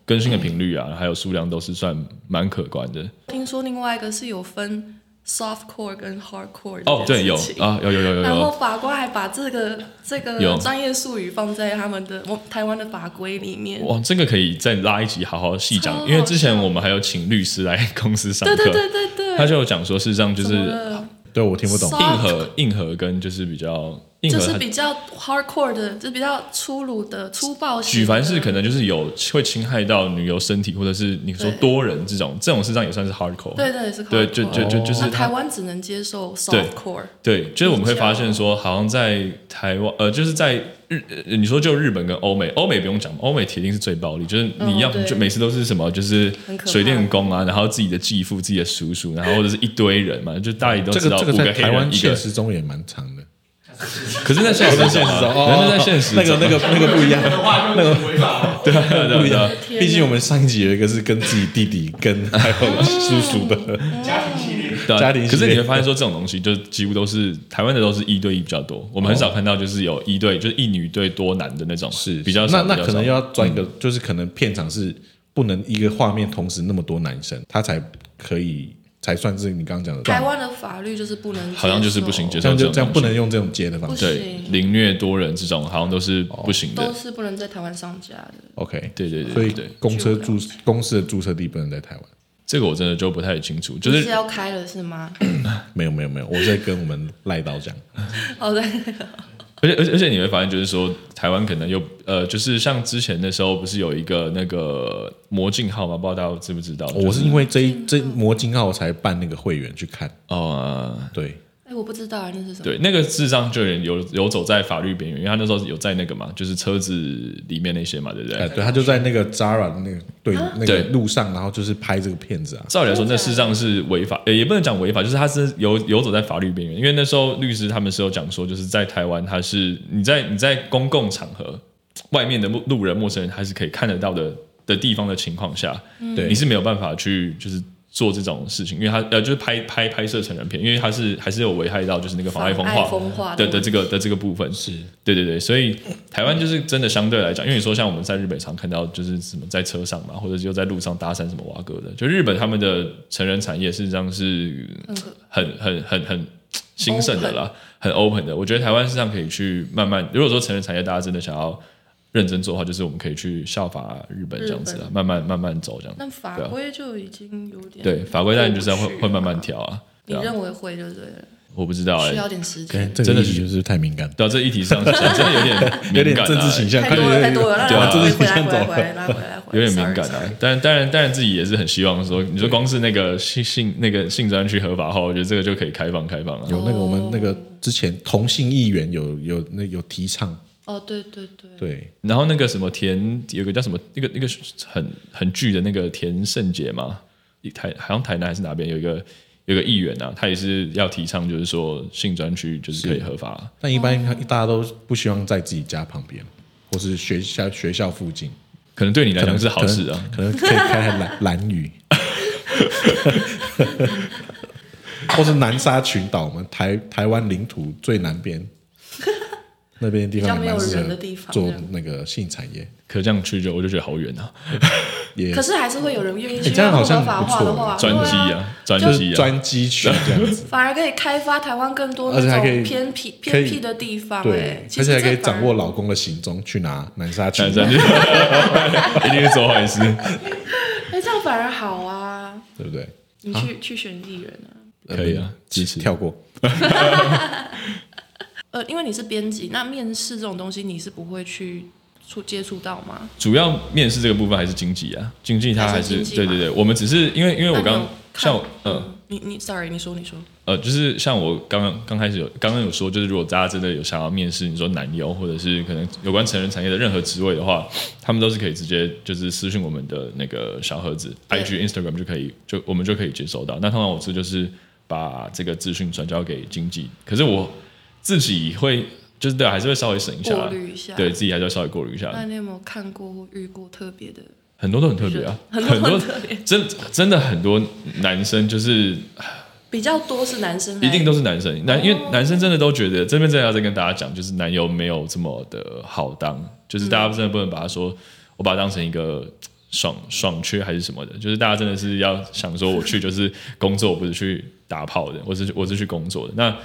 S3: 更新的频率啊，还有数量都是算蛮可观的。
S4: 听说另外一个是有分 soft core 跟 hard core
S3: 哦，对，有啊，有有有有
S4: 然后
S3: 有，
S4: 法官还把这个这
S3: 有
S4: 个专业术语放在他们的我台湾的法规里面。
S3: 哇，这个可以再拉一集好好细
S4: 超好
S3: 讲，
S4: 笑
S3: 因为之前我们还有请律师来公司上
S4: 对
S3: 课，
S4: 对对对对，
S3: 他就有讲说，事实上就
S4: 怎么
S3: 是
S4: 了
S1: 对我听不懂
S4: 骚。
S3: 硬核硬核跟就是比较硬
S4: 就
S3: 核
S4: 是
S3: 很，
S4: 比较 hardcore 的，就是比较粗鲁的、粗暴型的。
S3: 举凡是可能就是有会侵害到女优身体，或者是你说
S4: 对
S3: 多人这种这种事上也算是 hardcore。
S4: 对对是 hardcore。
S3: 对就就
S1: 哦
S3: 就就是
S4: 那
S3: 它
S4: 啊台湾只能接受
S3: 对
S4: softcore，
S3: 对，就是我们会发现说，好像在台湾，呃，就是在日，呃你说就日本跟欧美，欧美不用讲，欧美铁定是最暴力，就是你
S4: 嗯
S3: 要、
S4: 对
S3: 就每次都是什么，就是
S4: 很可怕
S3: 水电工啊，然后自己的继父、自己的叔叔，然后或者是一堆人嘛，就大家也都
S1: 这
S3: 知
S1: 个
S3: 道
S1: 这
S3: 五
S1: 个在
S3: 个黑
S1: 台湾
S3: 人一
S1: 现
S3: 个，
S1: 实中也蛮长的，
S3: 可是在现实中啊，
S1: 哦，
S3: 那在现实
S1: 那个那个那个不一样，
S5: 话就违法了。
S3: 对啊对啊
S1: 不一
S3: 对啊
S1: 样。毕竟我们上一集有一个是跟自己弟弟、跟还有叔叔的，
S5: 家庭系列，
S3: 对啊
S1: 家庭系列
S3: 可是你会发现说，这种东西就几乎都是台湾的都是一对一比较多，我们很少看到就是有一对就是一女对多男的那种，
S1: 嗯是
S3: 比较
S1: 那
S3: 少
S1: 那
S3: 比较
S1: 可能
S3: 少
S1: 要装一个，就是可能片场是不能一个画面同时那么多男生，他才可以才算是你刚刚讲的
S4: 台湾的法律就是不能接受，
S3: 好像就是不行接
S1: 这
S3: 受
S1: 样就
S3: 种
S1: 这样
S3: 东
S1: 不
S3: 西
S1: 能用这种接的方
S4: 不
S1: 式。
S3: 对
S4: 行，
S3: 凌虐多人这种好像都是不行的。
S4: 都是不能在台湾上架的。
S1: OK，
S3: 对对对
S1: 所
S3: 对
S1: 以
S3: 对，
S1: 公车注公司的注册地不能在台湾。这
S3: 这个我真的就不太清楚，就
S4: 你
S3: 是
S4: 是要开了 是吗？
S1: 没有没有没有，我在跟我们赖导讲，
S4: 哦对，
S3: 而且而且而且你会发现，就是说台湾可能又呃，就是像之前的时候，不是有一个那个魔镜号吗？不知道大家知不知道？
S1: 哦我是因为这一这魔镜号才办那个会员去看。
S3: 哦、呃
S1: 对，
S4: 哎我不知道啊那是什么。
S3: 对，那个事实上就有点游游走在法律边缘，因为他那时候有在那个嘛，就是车子里面那些嘛，对不对？
S1: 哎，对，他就在那个 Zara 的那个对
S4: 啊
S1: 那个
S3: 对
S1: 路上，然后就是拍这个片子啊。
S3: 照理来说，那事实上是违法，呃，也不能讲违法，就是他是游游走在法律边缘。因为那时候律师他们是有讲说，就是在台湾，他是你在你在公共场合外面的路路人、陌生人，他是可以看得到的的地方的情况下，
S1: 对
S3: 你是没有办法去就是做这种事情，因为他呃就是拍拍拍摄成人片，因为他是还是有危害到就是那个妨碍风
S4: 妨
S3: 化
S4: 碍风化
S3: 的
S4: 的
S3: 的这个的这个部分是对对对，所以台湾就是真的相对来讲，因为你说像我们在日本常看到就是什么在车上嘛，或者就在路上搭讪什么蛙哥的，就日本他们的成人产业事实上是
S4: 很可
S3: 很很很很兴盛的啦，很 open 的。我觉得台湾事实上可以去慢慢，如果说成人产业大家真的想要认真做的话，就是我们可以去效法日本这样子
S4: 日
S3: 啊，慢慢慢慢走这样。
S4: 但法规就已经有点
S3: 对，法规当然就是要
S4: 过
S3: 会
S4: 不去
S3: 会慢慢
S4: 了。
S3: 调啊。
S4: 你
S3: 对啊，
S4: 认为会就对了，
S3: 我不知道哎、欸
S4: 需要，点时
S1: 对
S4: 间，。
S1: 这
S3: 真
S1: 个
S3: 的
S1: 议题
S3: 是
S1: 就是太敏感，
S3: 对啊，这议题上是真的有点
S1: 有
S3: 敏
S1: 点
S3: 感啊
S1: 政治倾向，
S4: 太
S1: 快
S4: 多
S1: 点
S4: 了，太多了，
S1: 对
S4: 让
S1: 啊，
S4: 我
S1: 政
S4: 回
S1: 治倾
S4: 来，
S1: 向
S4: 回
S1: 走
S4: 来，
S1: 了
S4: 回。来，拉回来，回来，
S3: 有点敏感
S4: sorry，
S3: 啊
S4: sorry。
S3: 但当然，当然自己也是很希望说，你说光是那个性性那个性专区合法化，我觉得这个就可以开放开放了、啊
S1: 有那
S4: 哦
S1: 个我们那个之前同性议员有有那有提倡，
S4: 哦，对对对，
S1: 对，
S3: 然后那个什么田，有个叫什么，那个那个很很剧的那个田圣杰嘛，一台好像台南还是哪边有一个有一个议员啊，他也是要提倡，就是说性专区就是可以合法，
S1: 但一
S4: 哦
S1: 般大家都不希望在自己家旁边，或是学校学校附近，
S3: 可能对你来
S1: 可
S3: 讲
S1: 能
S3: 是好事啊。
S1: 可能可能可以开台蓝蓝 屿，或是南沙群岛，我们台台湾领土最南边那边的地
S4: 比较
S1: 方也
S4: 没有
S1: 蛮适
S4: 人的
S1: 合
S4: 地方
S1: 做
S4: 这样
S1: 那个性产业，
S3: 可这样去就我就觉得好远啊，
S1: 也
S4: 可是还是会有人愿意
S1: 哎
S4: 去
S1: 这样好像
S4: 合法化的话，
S3: 专
S4: 对
S3: 机
S4: 啊，
S3: 啊，专
S1: 哦就
S3: 机
S1: 是
S3: 啊，
S1: 专机区这样 子，
S4: 反而可以开发台湾更多
S1: 而且还
S4: 那
S1: 可以
S4: 种偏僻
S1: 可以
S4: 偏僻的地方，
S1: 对
S4: 哎，其
S1: 而
S4: 实
S1: 且还可以
S4: 这反而
S1: 掌握老公的行踪去拿南沙群
S3: 南
S1: 岛
S3: 山，就啊 一定是做坏事。
S4: 哎，这样反而好啊，
S1: 对不对？
S4: 你去去选艺人啊。
S1: 呃
S3: 可以啊支持
S1: 跳过。
S4: 呃，因为你是编辑，那面试这种东西你是不会去触接触到吗？
S3: 主要面试这个部分还是经济啊，经济它还
S4: 还
S3: 是
S4: 是经济
S3: 对
S4: 嘛
S3: 对对，我们只是因为因为我
S4: 那你
S3: 刚
S4: 有看
S3: 像我嗯。
S4: 嗯，你你 sorry，你说你说，
S3: 呃，就是像我刚刚刚开始有刚刚有说，就是如果大家真的有想要面试，你说男优或者是可能有关成人产业的任何职位的话，他们都是可以直接就是私信我们的那个小盒子
S4: 对
S3: ，IG、Instagram 就可以，就我们就可以接收到。那通常我是就是把这个资讯转交给经济，可是我自己会就是对啊、还是会稍微省一下啦，
S4: 过滤一下
S3: 对自己还是要稍微过滤一下。
S4: 那你有没有看过或遇过特别的？
S3: 很多都很特别啊，
S4: 很多
S3: 很多
S4: 很特别
S3: 真真的很多男生就是
S4: 比较多是男生，
S3: 一定都是男生，男因为男生真的都觉得这边真的要再跟大家讲，就是男友没有这么的好当，就是大家真的不能把他说我把它当成一个爽爽缺还是什么的，就是大家真的是要想说我去就是工作，我不是去打炮的，我是我是去工作的。那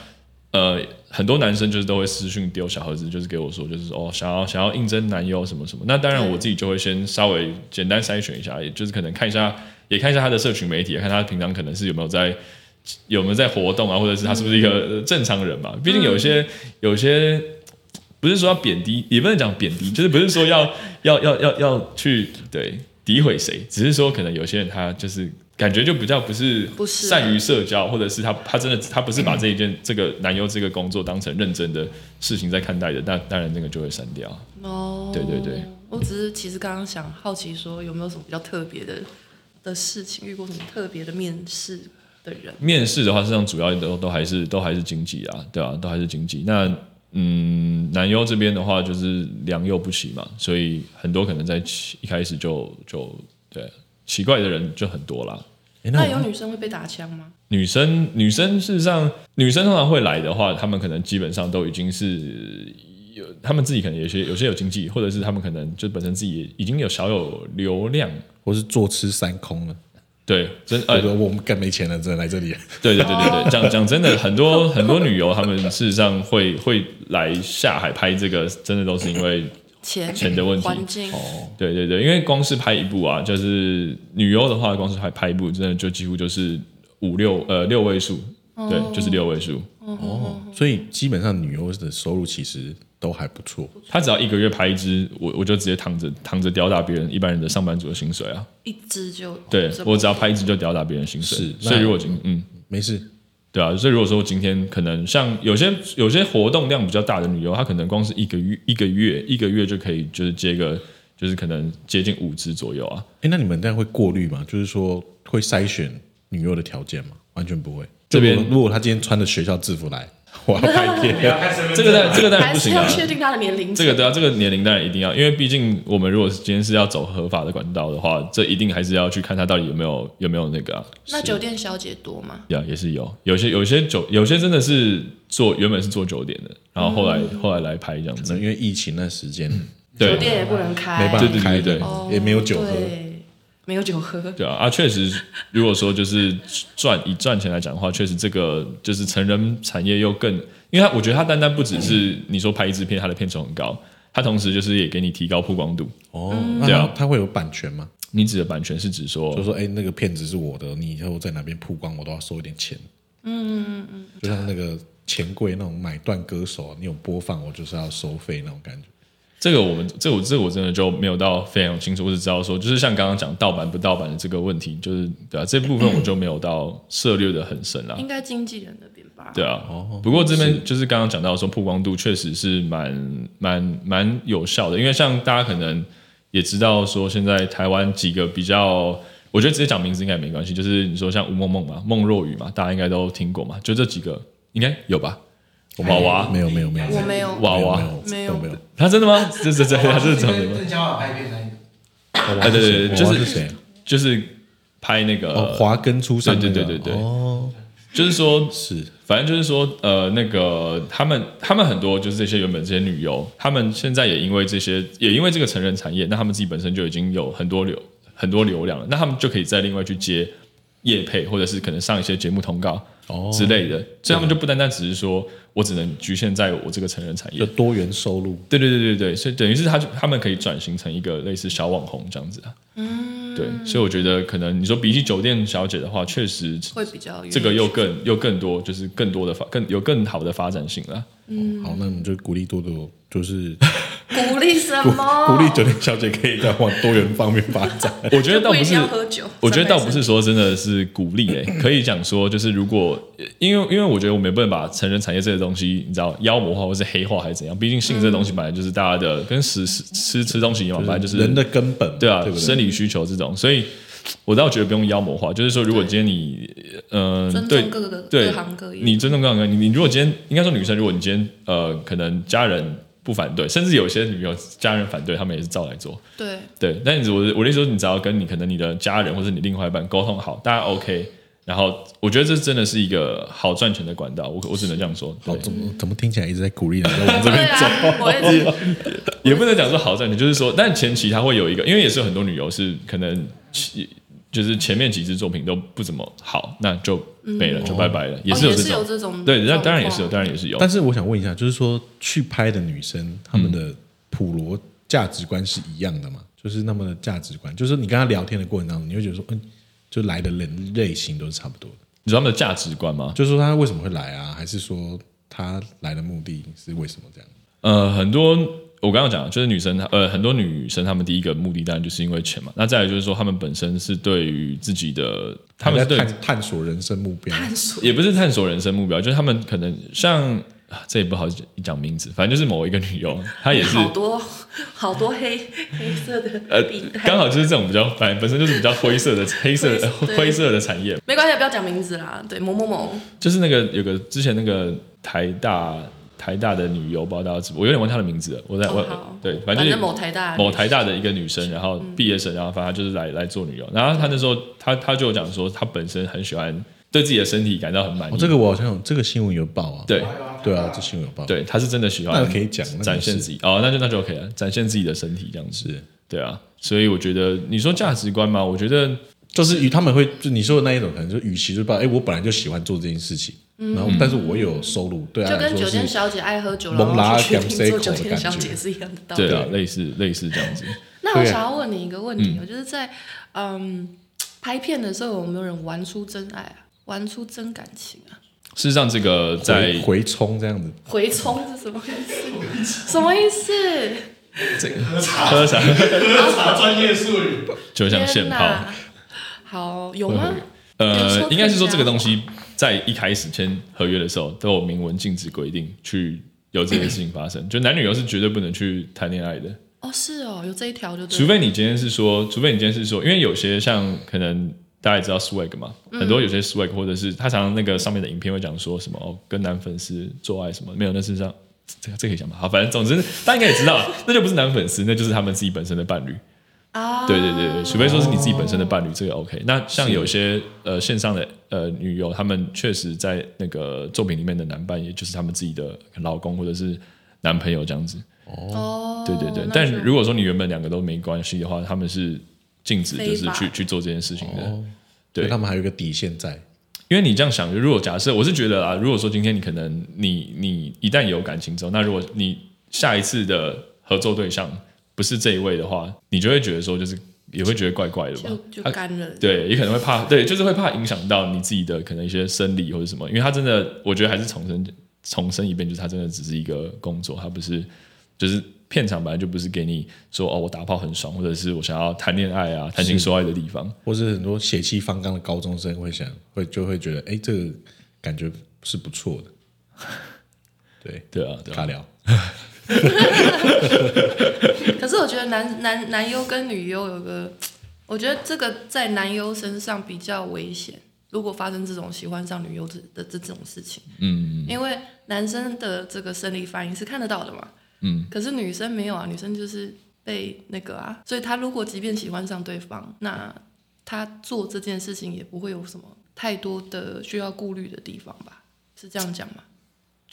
S3: 呃，很多男生就是都会私讯丢小盒子，就是给我说，就是说哦，想要想要应征男优什么什么。那当然，
S4: 对
S3: 我自己就会先稍微简单筛选一下，也就是可能看一下，也看一下他的社群媒体，也看他平常可能是有没有在有没有在活动啊，或者是他是不是一个呃
S4: 嗯
S3: 正常人嘛？毕竟有些有些不是说要贬低，也不能讲贬低，就是不是说要 要要要要去对诋毁谁，只是说可能有些人他就是。感觉就比较不是
S4: 不是
S3: 善于社交，或者是他他真的他不是把这一件这个男优这个工作当成认真的事情在看待的，那当然那个就会删掉。
S4: 哦，
S3: 对对对，
S4: 我只是其实刚刚想好奇说有没有什么比较特别的的事情，遇过什么特别的面试的人？
S3: 面试的话，实际上主要都都还是都还是经济啊，对啊，都还是经济。那嗯，男优这边的话就是良莠不齐嘛，所以很多可能在起一开始就就对奇怪的人就很多啦。
S1: 哎，那
S4: 那有
S1: 我
S4: 女生会被打枪吗？
S3: 女生女生事实上，女生通常会来的话，她们可能基本上都已经是有，她们自己可能有些有些有经济，或者是她们可能就本身自己也已经有小有流量。
S1: 我是坐吃山空了，
S3: 对，真
S1: 我
S3: 呃
S1: 说我们更没钱了，只能来这里。
S3: 对对对对对，讲讲真的，很多很多女游，她们事实上会会来下海拍这个，真的都是因为
S4: 钱
S3: 钱的问题哦
S4: 环境
S3: 对对对，因为光是拍一部啊，就是女优的话，光是拍拍一部，真的就几乎就是五六呃六位数，对，就是六位数。
S1: 哦， 所以基本上女优的收入其实都还不错。
S3: 她只要一个月拍一支，我我就直接躺着躺着吊打别人一般人的上班族的薪水啊。
S4: 一支就
S3: 对
S4: 这么
S3: 我只要拍一支就吊打别人薪水，
S1: 是那
S3: 所以如果今嗯。
S1: 没事，
S3: 对啊，所以如果说今天可能像有些有些活动量比较大的女优，她可能光是一个月一个月一个月就可以就是接个就是可能接近五支左右啊。
S1: 哎，那你们这样会过滤吗？就是说会筛选女优的条件吗？完全不会。
S3: 这边
S1: 就如果如果她今天穿着学校制服来， 我要拍
S5: 你要
S1: 片，
S5: 看身份
S3: 这
S5: 证
S3: 个当
S5: 吗
S3: 这个当然
S4: 还
S3: 不
S4: 是
S3: 行啊
S4: 要，确定他的年龄层。
S3: 这个对啊，这个年龄当然一定要，因为毕竟我们如果今天是要走合法的管道的话，这一定还是要去看她到底有没有有没有那个啊。
S4: 那酒店小姐多吗？
S3: 呀也是有，有些有些酒有些真的是做原本是做酒店的，然后后来、后来来拍这样
S1: 可
S3: 子
S1: 能。 因为疫情那时间
S3: 对
S4: 嗯酒店也不能开，
S1: 没办
S3: 嗯对
S1: 法
S3: 对
S1: 开
S3: 对
S1: 的
S3: 对
S4: 哦，
S1: 也没有酒喝。
S4: 对没有酒喝。
S3: 对啊，啊，确实，如果说就是赚以赚钱来讲的话，确实这个就是成人产业又更，因为它我觉得它单单不只是你说拍一支片，它的片酬很高，它同时就是也给你提高曝光度。
S1: 哦，那
S3: 对
S1: 她
S3: 啊
S1: 她会有版权吗？
S3: 你指的版权是指说
S1: 就，说哎、诶那个片子是我的，你以后在哪边曝光，我都要收一点钱。嗯嗯嗯，就像那个钱柜那种买断歌手，你有播放，我就是要收费那种感觉。
S3: 这个我们这个我这个我真的就没有到非常清楚，我只知道说，就是像刚刚讲盗版不盗版的这个问题，就是对啊，这部分我就没有到涉猎的很深啊啦。
S4: 应该经纪人那边吧？
S3: 对啊，不过这边就是刚刚讲到说曝光度确实是蛮蛮蛮有效的，因为像大家可能也知道说，现在台湾几个比较，我觉得直接讲名字应该也没关系，就是你说像吴梦梦嘛、孟若雨嘛，大家应该都听过嘛，就这几个应该有吧？娃娃
S1: 没有没有没有，
S4: 我没有
S3: 娃娃
S1: 没有
S4: 没
S1: 没
S4: 有
S1: 有都没有。哦
S3: 他真的吗？这这这他是这样的吗？
S2: 郑嘉桦拍片那一个，
S1: 娃
S3: 哎对对对
S1: 娃
S3: 就
S1: 是
S3: 是
S1: 谁？
S3: 就是拍那个、
S1: 哦，华根出上那个
S3: 对对对对对
S1: 哦，
S3: 就是说
S1: 是
S3: 反正就是说，呃，那个他们他们很多就是这些原本这些女优，他们现在也因为这些，也因为这个成人产业，那他们自己本身就已经有很多流很多流量了，那他们就可以再另外去接业配，或者是可能上一些节目通告
S1: 哦
S3: 之类的，所以他们就不单单只是说我只能局限在我这个成人产业
S1: 就，多元收入。
S3: 对对对对对，所以等于是他就他们可以转型成一个类似小网红这样子啊，嗯，对，所以我觉得可能你说比起酒店小姐的话，确实
S4: 会比较远
S3: 这个又更又更多，就是更多的发更有更好的发展性 了。
S1: 哦好，那我们就鼓励多多，就是
S4: 鼓励什么？
S1: 鼓励酒店小姐可以再往多元方面发展。
S3: 我觉得倒不
S4: 就一定
S3: 是
S4: 要，喝酒，
S3: 我觉得倒不是
S4: 才
S3: 说真的是鼓励 诶、可以讲说就是如果因为因为我觉得我们也不能把成人产业这个东西，你知道妖魔化或是黑化还是怎样，毕竟性这东西本来就是大家的跟食食吃吃东西一样， 本来就是
S1: 人的根本嘛，
S3: 对啊
S1: 对不对？
S3: 生理需求这种，所以我倒觉得不用妖魔化，就是说如果今天你呃
S4: 能
S3: 对
S4: 尊重各个
S3: 对
S4: 各行各业。
S3: 你尊重各行各业，你你如果今天应该说女生，如果你今天呃可能家人不反对，甚至有些女友家人反对，他们也是照来做。
S4: 对啊
S3: 对，但你我的我的意思说，你只要跟你可能你的家人或者你另外一半沟通好，大家 OK，然后我觉得这真的是一个好赚钱的管道，我我只能这样说。对
S1: 好，怎么怎么听起来一直在鼓励人家往这
S4: 对
S1: 边走？
S4: 啊，我也
S3: 哦
S4: 是
S3: 也不能讲说好赚钱，就是说，但前期它会有一个，因为也是有很多女优是可能其就是前面几支作品都不怎么好，那就没了，就拜拜了，也是有
S4: 哦
S3: 这
S4: 也是
S3: 种。
S4: 有这种
S3: 对，那当然也是有，
S4: 状
S3: 当然也是有。
S1: 但是我想问一下，就是说去拍的女生，她们的普罗价值观是一样的吗？就是那么的价值观，就是你跟她聊天的过程当中，你会觉得说，嗯，就来的人类型都是差不多的。
S3: 你知道他们的价值观吗？
S1: 就是说他为什么会来啊？还是说他来的目的是为什么这样？
S3: 呃，很多我刚刚讲，就是女生她，呃，很多女生她们第一个目的当然就是因为钱嘛。那再来就是说，她们本身是对于自己的，她们
S1: 还
S3: 是
S1: 在
S3: 对
S1: 探探索人生目标，
S4: 探索
S3: 也不是探索人生目标，就是她们可能像啊这也不好讲名字，反正就是某一个女优，她也是
S4: 好多好多黑黑色的
S3: 呃
S4: 笔袋，
S3: 刚好就是这种比较，反正本身就是比较灰 色的黑色的
S4: 对
S3: 灰色的产业，
S4: 没关系，不要讲名字啦。对，某某某，
S3: 就是那个有个之前那个台大台大的女优，不知道大家知不我有点忘记她的名字了。我在、
S4: 哦
S3: 我
S4: 好
S3: 对，反
S4: 反
S3: 正就是
S4: 正某台大
S3: 某台大的一个女生，然嗯后毕业生，然后反正她就是来来做女优。然后她那时候她她就有讲说，她本身很喜欢对自己的身体感到很满意。
S1: 哦，这个我好像有这个新闻有报啊，
S3: 对
S1: 对啊，这新闻有报，，
S3: 对，她是真的喜欢
S1: 那可以讲那个
S3: 展现
S1: 是
S3: 自己哦，那就那就 OK 了，展现自己的身体这样子。
S1: 是
S3: 对啊，所以我觉得你说价值观嘛，我觉得
S1: 就是与他们会就你说的那一种，可能就与其就把哎，我本来就喜欢做这件事情，
S3: 嗯
S1: 然后但是我有收入，对啊，
S4: 就跟
S1: 来说
S4: 酒店
S1: 是
S4: 小姐爱喝酒，
S1: 蒙
S4: 然
S1: 拉
S4: 后去
S1: 点
S4: 去
S1: C
S4: 做
S1: 口
S4: 酒
S1: 的
S4: 店
S1: 感
S4: 小
S1: 觉
S4: 姐是一样的道理。
S3: 对啊，类似类似这样子。
S4: 那我
S1: 对啊
S4: 想要问你一个问题，哦，就是在嗯拍片的时候，有没有人玩出真爱啊？玩出真感情啊？
S3: 事实上，这个在
S1: 回 回冲这样子，
S4: 回冲是什么意思？什么意思？
S3: 喝啥
S5: 查专业术语，
S3: 就像
S4: 天
S3: 现泡
S4: 哪，！好有吗？
S3: 呃，应该是说
S4: 有时候可以这
S3: 这
S4: 样
S3: 个东西在一开始签合约的时候都有明文禁止规定去有这件事情发生，就男女友是绝对不能去谈恋爱的，
S4: 哦，是哦，有这一条就对
S3: 除
S4: 了。
S3: 非你今天是说，除非你今天是说，因为有些像可能。大家也知道 swag 嘛，很多有些 swag 或者是他常常那个上面的影片会讲说什么哦，跟男粉丝做爱什么没有，那是这样，这个这个可以讲吧？好，反正总之大家应该也知道， 那就不是男粉丝，那就是他们自己本身的伴侣。
S4: 啊，
S3: 对对对对，除非说是你自己本身的伴侣，这个 OK。那像有些呃线上的呃女友，她们确实在那个作品里面的男伴，也就是他们自己的老公或者是男朋友这样子。
S4: 哦，
S3: 对对对，
S4: 那
S3: 但
S4: 就
S3: 如果说你原本两个都没关系的话，他们是禁止就是
S4: 非法
S3: 去去做这件事情的。
S1: 哦，
S3: 对
S1: 所以他们还有一个底线在，
S3: 因为你这样想，如果假设我是觉得啊，如果说今天你可能你你一旦有感情之后，那如果你下一次的合作对象不是这一位的话，你就会觉得说就是。也会觉得怪怪的吧
S4: 就，就
S3: 啊
S4: 干了。
S3: 对，也可能会怕，对，就是会怕影响到你自己的可能一些生理或者什么，因为他真的，我觉得还是重申重申一遍，就是他真的只是一个工作，他不是就是片场本来就不是给你说哦，我打炮很爽，或者是我想要谈恋爱啊、谈情说爱的地方。
S1: 或是很多血气方刚的高中生会想会就会觉得哎，这个感觉是不错的， 对，
S3: 对啊，对啊
S1: 尬，聊。
S4: 可是我觉得男男男优跟女优有个，我觉得这个在男优身上比较危险。如果发生这种喜欢上女优的的这种事情，
S3: 嗯
S4: 因为男生的这个生理反应是看得到的嘛，
S3: 嗯，
S4: 可是女生没有啊，女生就是被那个啊，所以她如果即便喜欢上对方，那她做这件事情也不会有什么太多的需要顾虑的地方吧？是这样讲吗？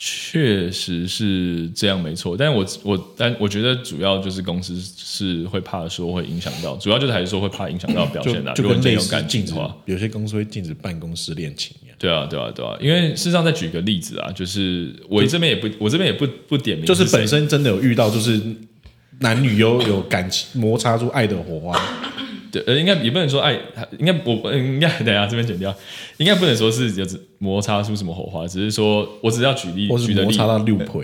S3: 确实是这样，没错。但我我但我觉得主要就是公司是会怕说会影响到，主要就是还是说会怕影响到表
S1: 就
S3: 现啦。啊
S1: 就
S3: 如果
S1: 跟
S3: 你真
S1: 类
S3: 的有
S1: 似
S3: 感
S1: 禁
S3: 情
S1: 止
S3: 的话，，
S1: 有些公司会禁止办公室恋情一样，
S3: 对啊，对啊，对啊，因为事实上再举个例子啊，就是我这边也不，我这边也不不点名，
S1: 就是
S3: 谁
S1: 本身真的有遇到，就是男女有有感情摩擦出爱的火花，
S3: 对，呃，应该也不能说爱，应该我呃应该 等一下这边剪掉，应该不能说是就是摩擦出什么火花，只是说我只要 举例
S1: 或是
S3: 举的
S1: 摩
S3: 例
S1: 擦到六腿，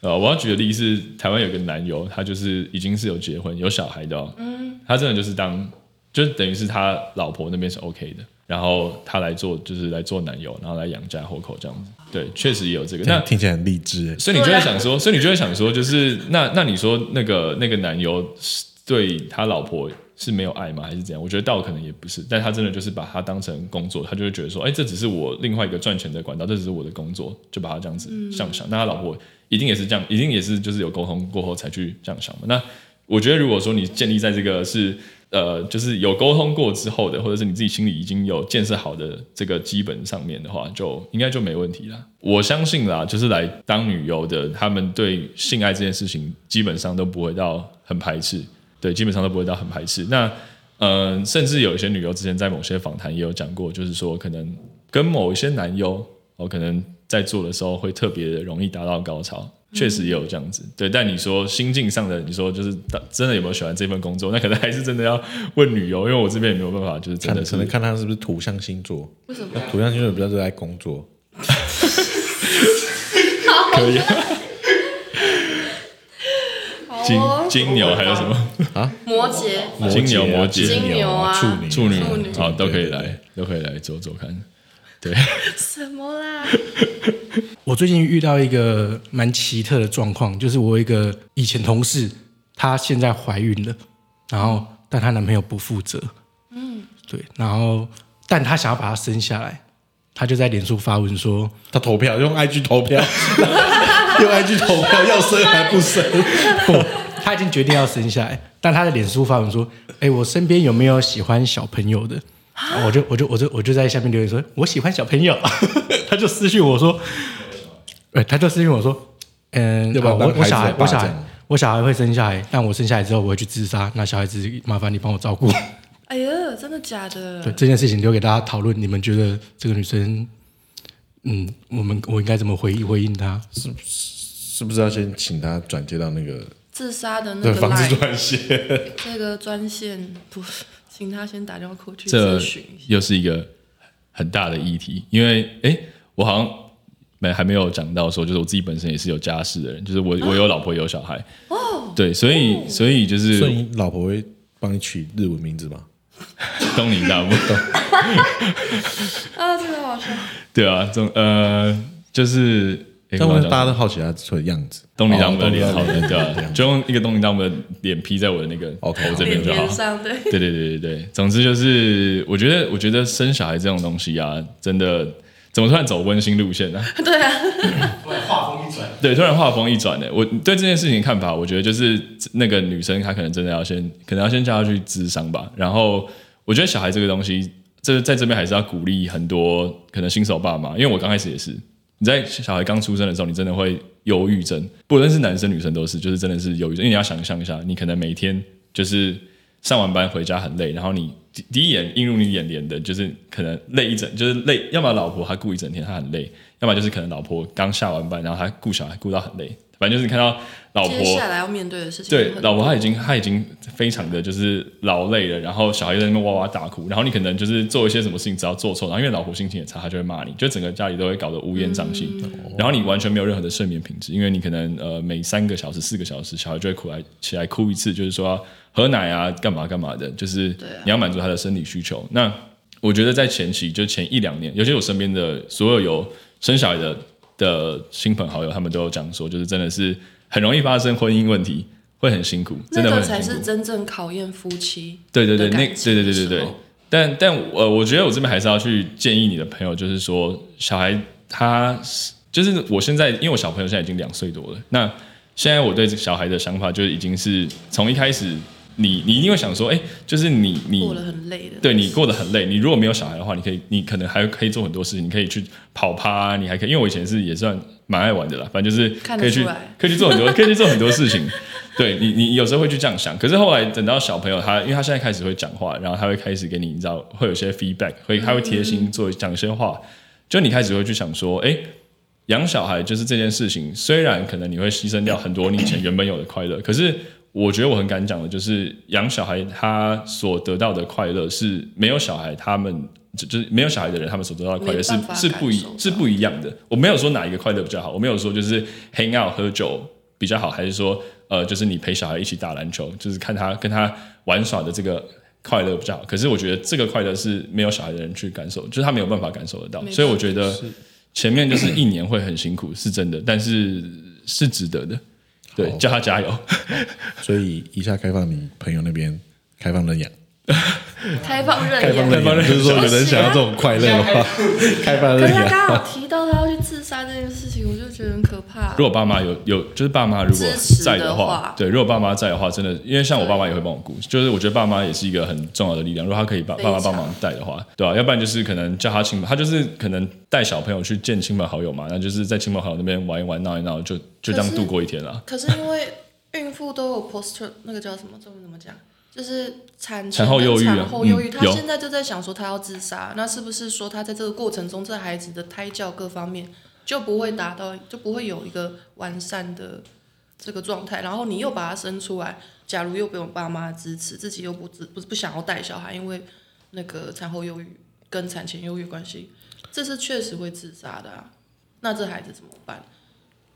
S3: 呃，我要举的例是台湾有个男友，他就是已经是有结婚有小孩的、哦，嗯，他真的就是当就是等于是他老婆那边是 OK 的，然后他来做就是来做男友，然后来养家糊口这样子，对，确实也有这个， 那
S1: 那听起来很励志欸。
S3: 所以你就会想说，所以你就会想说，就是那那你说那个那个男友是对他老婆是没有爱吗？还是怎样？我觉得倒可能也不是，但他真的就是把它当成工作，他就会觉得说，哎、这只是我另外一个赚钱的管道，这只是我的工作，就把它这样子想想。那他老婆一定也是这样，一定也是就是有沟通过后才去这样想嘛。那我觉得如果说你建立在这个是。呃，就是有沟通过之后的，或者是你自己心里已经有建设好的这个基本上面的话，就应该就没问题啦。我相信啦，就是来当女优的，他们对性爱这件事情基本上都不会到很排斥，对，基本上都不会到很排斥。那呃，甚至有一些女优之前在某些访谈也有讲过，就是说可能跟某一些男优，哦，可能。在做的时候会特别的容易达到高潮，确实也有这样子。对，但你说心境上的，你说就是大真的有没有喜欢这份工作？ 那可能还是真的要问女优，因为我这边也没有办法，就是真
S1: 看
S3: 的
S1: 可
S3: 是
S1: 能看他是不是土象星座，
S4: 为什么？
S1: 土象星座比较热爱工作，
S3: 可以啊。金
S4: 好哦
S3: 金牛还有什么？
S4: 摩羯，
S1: 摩羯啊
S3: 金牛摩羯
S1: 金牛啊
S4: 金牛啊
S1: 处女、
S3: 处女
S4: 处女
S3: 好都可以
S1: 对对对
S3: 来，都可以来走走看。
S4: 什么啦？
S2: 我最近遇到一个蛮奇特的状况，就是我有一个以前同事，她现在怀孕了，然后但她男朋友不负责，嗯，对，然后但她想要把她生下来，她就在脸书发文说，
S1: 他投票用 IG 投 票，用 IG 投票要生还不生？
S2: 她已经决定要生下来，但她的脸书发文说，哎，我身边有没有喜欢小朋友的？我就我就我就我就在下面留言说，我喜欢小朋友， 她就私信我说，哎，她就私信我说，嗯，
S1: 要不要
S2: 好
S1: 当
S2: 我我小
S1: 孩
S2: 孩
S1: 子的
S2: 我
S1: 爸
S2: 小
S1: 这
S2: 孩
S1: 样
S2: 我小孩会生下来，但我生下来之后我会去自杀，那小孩子麻烦你帮我 照顾。
S4: 哎呀，真的假的？
S2: 对这件事情留给大家讨论，你们觉得这个女生，嗯，我们我应该怎么回回应她？
S1: 是不是要先请他转接到那个
S4: 自杀的那
S1: 对
S4: 个
S1: 防治
S4: line，
S1: 专线？
S4: 这个专线不 是，请他先打电话过去
S3: 这
S4: 咨询一下。
S3: 又是一个很大的议题，因为诶，我好像没还没有讲到说，就是我自己本身也是有家室的人，就是
S4: 哦
S3: 我、我有老婆也有小孩，哦，对，所以、所以就是
S1: 所以你老婆会帮你取日文名字吗？
S3: 东尼大不懂，
S4: 啊，这个好笑。
S3: 对啊，总呃就是。诶
S1: 但
S3: 我
S1: 我
S3: 刚
S1: 大
S3: 刚
S1: 家
S3: 讲
S1: 都好奇他的样子。
S3: 东尼大姆的脸，好
S1: 哦
S3: 的，对啊，就用一个东尼大姆的脸披在我的那个头
S1: OK，好
S3: 这边就好
S4: 脸。上对，
S3: 对对对对对，总之就是，我觉得我觉得生小孩这种东西啊，真的怎么突然走温馨路线呢、
S4: 对啊，
S5: 画风一转，
S3: 对，突然画风一转呢，我对这件事情看法，我觉得就是那个女生她可能真的要先，可能要先叫她去咨商吧。然后我觉得小孩这个东西，这在这边还是要鼓励很多可能新手爸妈，因为我刚开始也是，你在小孩刚出生的时候，你真的会忧郁症，不论是男生女生都是，就是真的是忧郁症，因为你要想象一下，你可能每天就是上完班回家很累，然后你第第一眼映入你眼帘的就是可能累一整，就是累，要么老婆她顾一整天，她很累；要么就是可能老婆刚下完班，然后她顾小孩顾到很累。反正就是你看到老
S4: 接
S3: 婆
S4: 下来要面对的事情
S3: 对
S4: 很多
S3: 老婆她已经她已经非常的就是劳累了，然后小孩在那边哇哇大哭，然后你可能就是做一些什么事情只要做错，然后因为老婆心情也差，她就会骂你，就整个家里都会搞得乌烟瘴气，
S4: 嗯
S3: 然后你完全没有任何的睡眠品质，因为你可能呃每三个小时四个小时小孩就会哭来起来哭一次，就是说要喝奶啊干嘛干嘛的，就是
S4: 对啊
S3: 你要满足他的生理需求。那我觉得在前期就前一两年，尤其我身边的所有有生小孩的的亲朋好友，他们都有讲说，就是真的是很容易发生婚姻问题，会很辛苦，真的会
S4: 那
S3: 很
S4: 个才
S3: 辛苦
S4: 是。真正考验夫妻。
S3: 对对对，
S4: 的
S3: 那
S4: 感
S3: 对
S4: 情
S3: 对
S4: 的
S3: 对对
S4: 时
S3: 对
S4: 候。
S3: 但但呃，我觉得我这边还是要去建议你的朋友，就是说小孩他就是我现在，因为我小朋友现在已经两岁多了，那现在我对这小孩的想法就已经是从一开始，你你一定会想说，哎，就是你你
S4: 过得很累的，
S3: 对你过得很累。你如果没有小孩的话，你可以，你可能还可以做很多事情，你可以去跑趴、你还可以，因为我以前是也算蛮爱玩的啦，反正就是
S4: 看
S3: 可
S4: 得
S3: 以去
S4: 出来
S3: 可以去做很 多，可以去做很多事情。对你，你有时候会去这样想，可是后来等到小朋友他，因为他现在开始会讲话，然后他会开始给你，你知道会有些 feedback，会他会贴
S4: 嗯
S3: 心做讲一些话，就你开始会去想说，哎、养小孩就是这件事情，虽然可能你会牺牲掉很多你以前原本有的快乐，可是我觉得我很敢讲的，就是养小孩他所得到的快乐是没有小孩他们就就是没有小孩的人他们所得到的快乐是
S4: 没办法
S3: 是不一
S4: 感受到
S3: 是不一样的。我没有说哪一个快乐比较好，我没有说就是 hang out 喝酒比较好，还是说呃就是你陪小孩一起打篮球，就是看他跟他玩耍的这个。快乐比较好，可是我觉得这个快乐是没有小孩的人去感受，就是他没有办法感受得到，
S4: 没
S3: 所以我
S4: 错
S3: 觉得前面就是一年会很辛苦，是真的，但是是值得的。对，
S1: 好
S3: 叫他加油。
S1: 所以以下开放你朋友那边开放认养，
S4: 开放认
S1: 开放认
S4: 养。
S1: 养就是说有人
S4: 人
S1: 想
S4: 想
S1: 要
S4: 要
S1: 这
S4: 这
S1: 种快乐的 话，开放
S4: 可
S1: 认
S4: 是他
S1: 养。
S4: 刚好提到他要去自杀这件事情，我就觉得很可怕。
S3: 如果爸妈有有，就是爸妈如果
S4: 支持
S3: 在
S4: 的
S3: 话，
S4: 话
S3: 对，如果爸妈在的话，真的，因为像我爸妈也会帮我顾，就是我觉得爸妈也是一个很重要的力量。如果他可以把
S4: 非
S3: 爸妈
S4: 常
S3: 帮忙带的话，对啊，要不然就是可能叫他亲朋，他就是可能带小朋友去见亲朋好友嘛，那就是在亲朋好友那边玩一玩、闹一闹，就就这样
S4: 可是
S3: 度过一天了。
S4: 可是因为孕妇都有 post 那个叫什么中文怎么讲？就是产
S3: 产后忧郁啊
S4: 产后忧郁，
S3: 嗯
S4: 她
S3: 有
S4: 现在就在想说她要自杀，那是不是说她在这个过程中，这孩子的胎教各方面就不会达到，就不会有一个完善的这个状态。然后你又把它生出来，假如又不用爸妈支持，自己又不自不不想要带小孩，因为那个产后忧郁跟产前忧郁关系，这是确实会自杀的啊。那这孩子怎么办？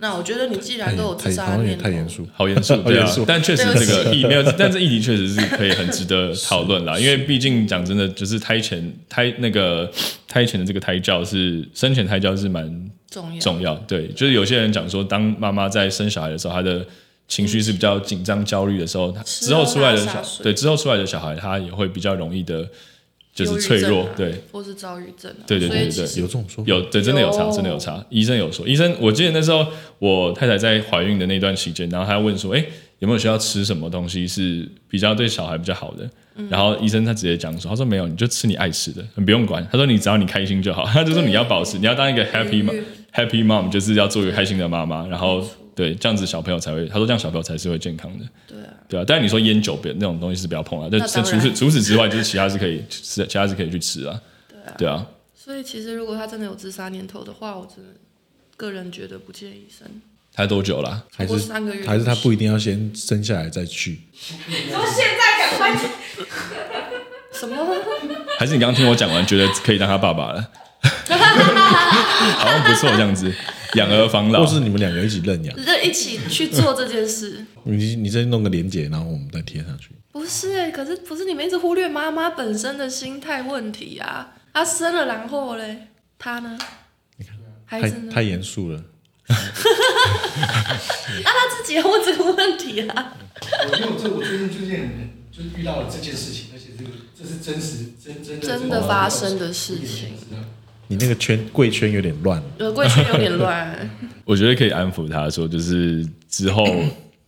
S4: 那我觉得你既然都有自
S1: 太
S4: 杀
S1: 好
S4: 的
S1: 像也
S4: 念头，
S1: 哎太严肃，
S3: 好严肃，
S1: 好
S3: 对啊
S1: 严肃，
S3: 但确实
S4: 对不
S3: 这
S4: 起
S3: 个议没有，但这议题确实是可以很值得讨论 啦。因为毕竟讲真的，就是胎前胎那个胎前的这个胎教是生前胎教是蛮
S4: 重要
S3: 重要，对，就是有些人讲说，当妈妈在生小孩的时候，她的情绪是比较紧张、焦虑的时候，她
S4: 吃
S3: 之后出来的
S4: 喝拉撒
S3: 小
S4: 睡
S3: 对之后出来的小孩，他也会比较容易的，就是
S4: 忧郁
S3: 脆
S4: 症
S3: 弱
S4: 啊，
S3: 对，
S4: 或是躁郁症啊，
S3: 对对对
S4: 所
S3: 对
S4: 以
S3: 对
S4: 其实
S1: 有这种说法
S3: 有对，真的有差，
S4: 有
S3: 真的有差。医生有说，医生，我记得那时候我太太在怀孕的那段期间，然后她问说，哎，有没有需要吃什么东西是比较对小孩比较好的？然后医生他直接讲说，他说没有，你就吃你爱吃的，你不用管。他说你只要你开心就好。他就说你要保持，你要当一个 happy
S4: 愉悦
S3: mom happy mom，就是要做一个开心的妈妈。然后对，这样子小朋友才会，他说这样小朋友才是会健康的。
S4: 对啊，
S3: 对啊，但是你说烟酒别那种东西是不要碰啊，但
S4: 那
S3: 是
S4: 当
S3: 除
S4: 然
S3: 此除此之外，就是其他是可以吃，其他是可以去吃啊。对啊，
S4: 所以其实如果他真的有自杀念头的话，我真的个人觉得不建议生。
S3: 才多久啊啦、
S1: 还
S4: 过
S1: 是
S4: 三个月
S1: 还是他不一定要先生下来再去，
S6: 说现在赶快去
S4: 什么？
S3: 还是你刚刚听我讲完，觉得可以当他爸爸了？ 好像不错，这样子养儿防老
S1: 或。是你们两个一起认养，
S4: 就一起去做这件事？
S1: 你你再弄个连结，然后我们再贴上去。
S4: 不是哎、可是不是你们一直忽略妈妈本身的心态问题啊？她生了然后嘞，她呢？孩
S1: 太
S4: 子呢？
S1: 太严肃了，
S4: 啊，她自己要问这个问题啊。
S5: 我因为我这我最近最近就是遇到了这件事情，而且这个这是真实真真的
S4: 真的发生的事情。
S1: 你那个圈贵圈有点乱，
S4: 呃，贵圈有点乱，
S3: 我觉得可以安抚他说，就是 之后，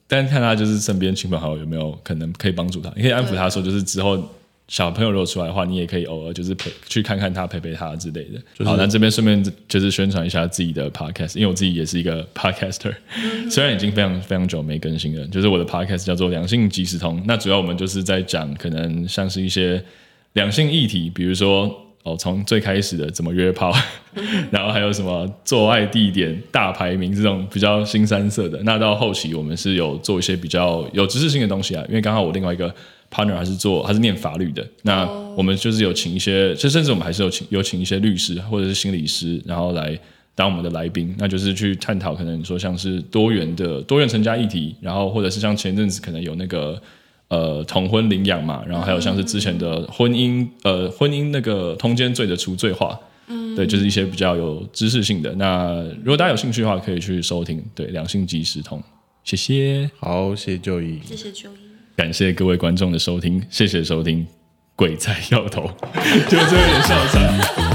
S3: 但看他就是身边亲朋好友有没有可能可以帮助他。你可以安抚他说，就是之后小朋友如果出来的话，你也可以偶尔就是陪去看看他，陪陪他之类的。好，那这边顺便就是宣传一下自己的 podcast，因为我自己也是一个 podcaster，、虽
S1: 嗯
S3: 然已经非常非常久没更新了，就是我的 podcast 叫做《两性即时通》。那主要我们就是在讲可能像是一些两性议题，比如说哦，从最开始的怎么约炮， 然后还有什么做爱地点、大排名这种比较新三色的。那到后期我们是有做一些比较有知识性的东西啊，因为刚好我另外一个 partner 还是做他是念法律的，那我们就是有请一些，就甚至我们还是有请有请一些律师或者是心理师，然后来。当我们的来宾，那就是去探讨可能你说像是多元的多元成家议题，然后或者是像前阵子可能有那个呃同婚领养嘛，然后还有像是之前的婚姻呃婚姻那个通奸罪的除罪化，嗯，对，就是一些比较有知识性的。那如果大家有兴趣的话，可以去收听，对，两性即时通，谢谢，
S1: 好，谢谢就医。
S4: 谢谢秋英。
S3: 感谢各位观众的收听，谢谢收听，鬼才要头，就这有点笑场。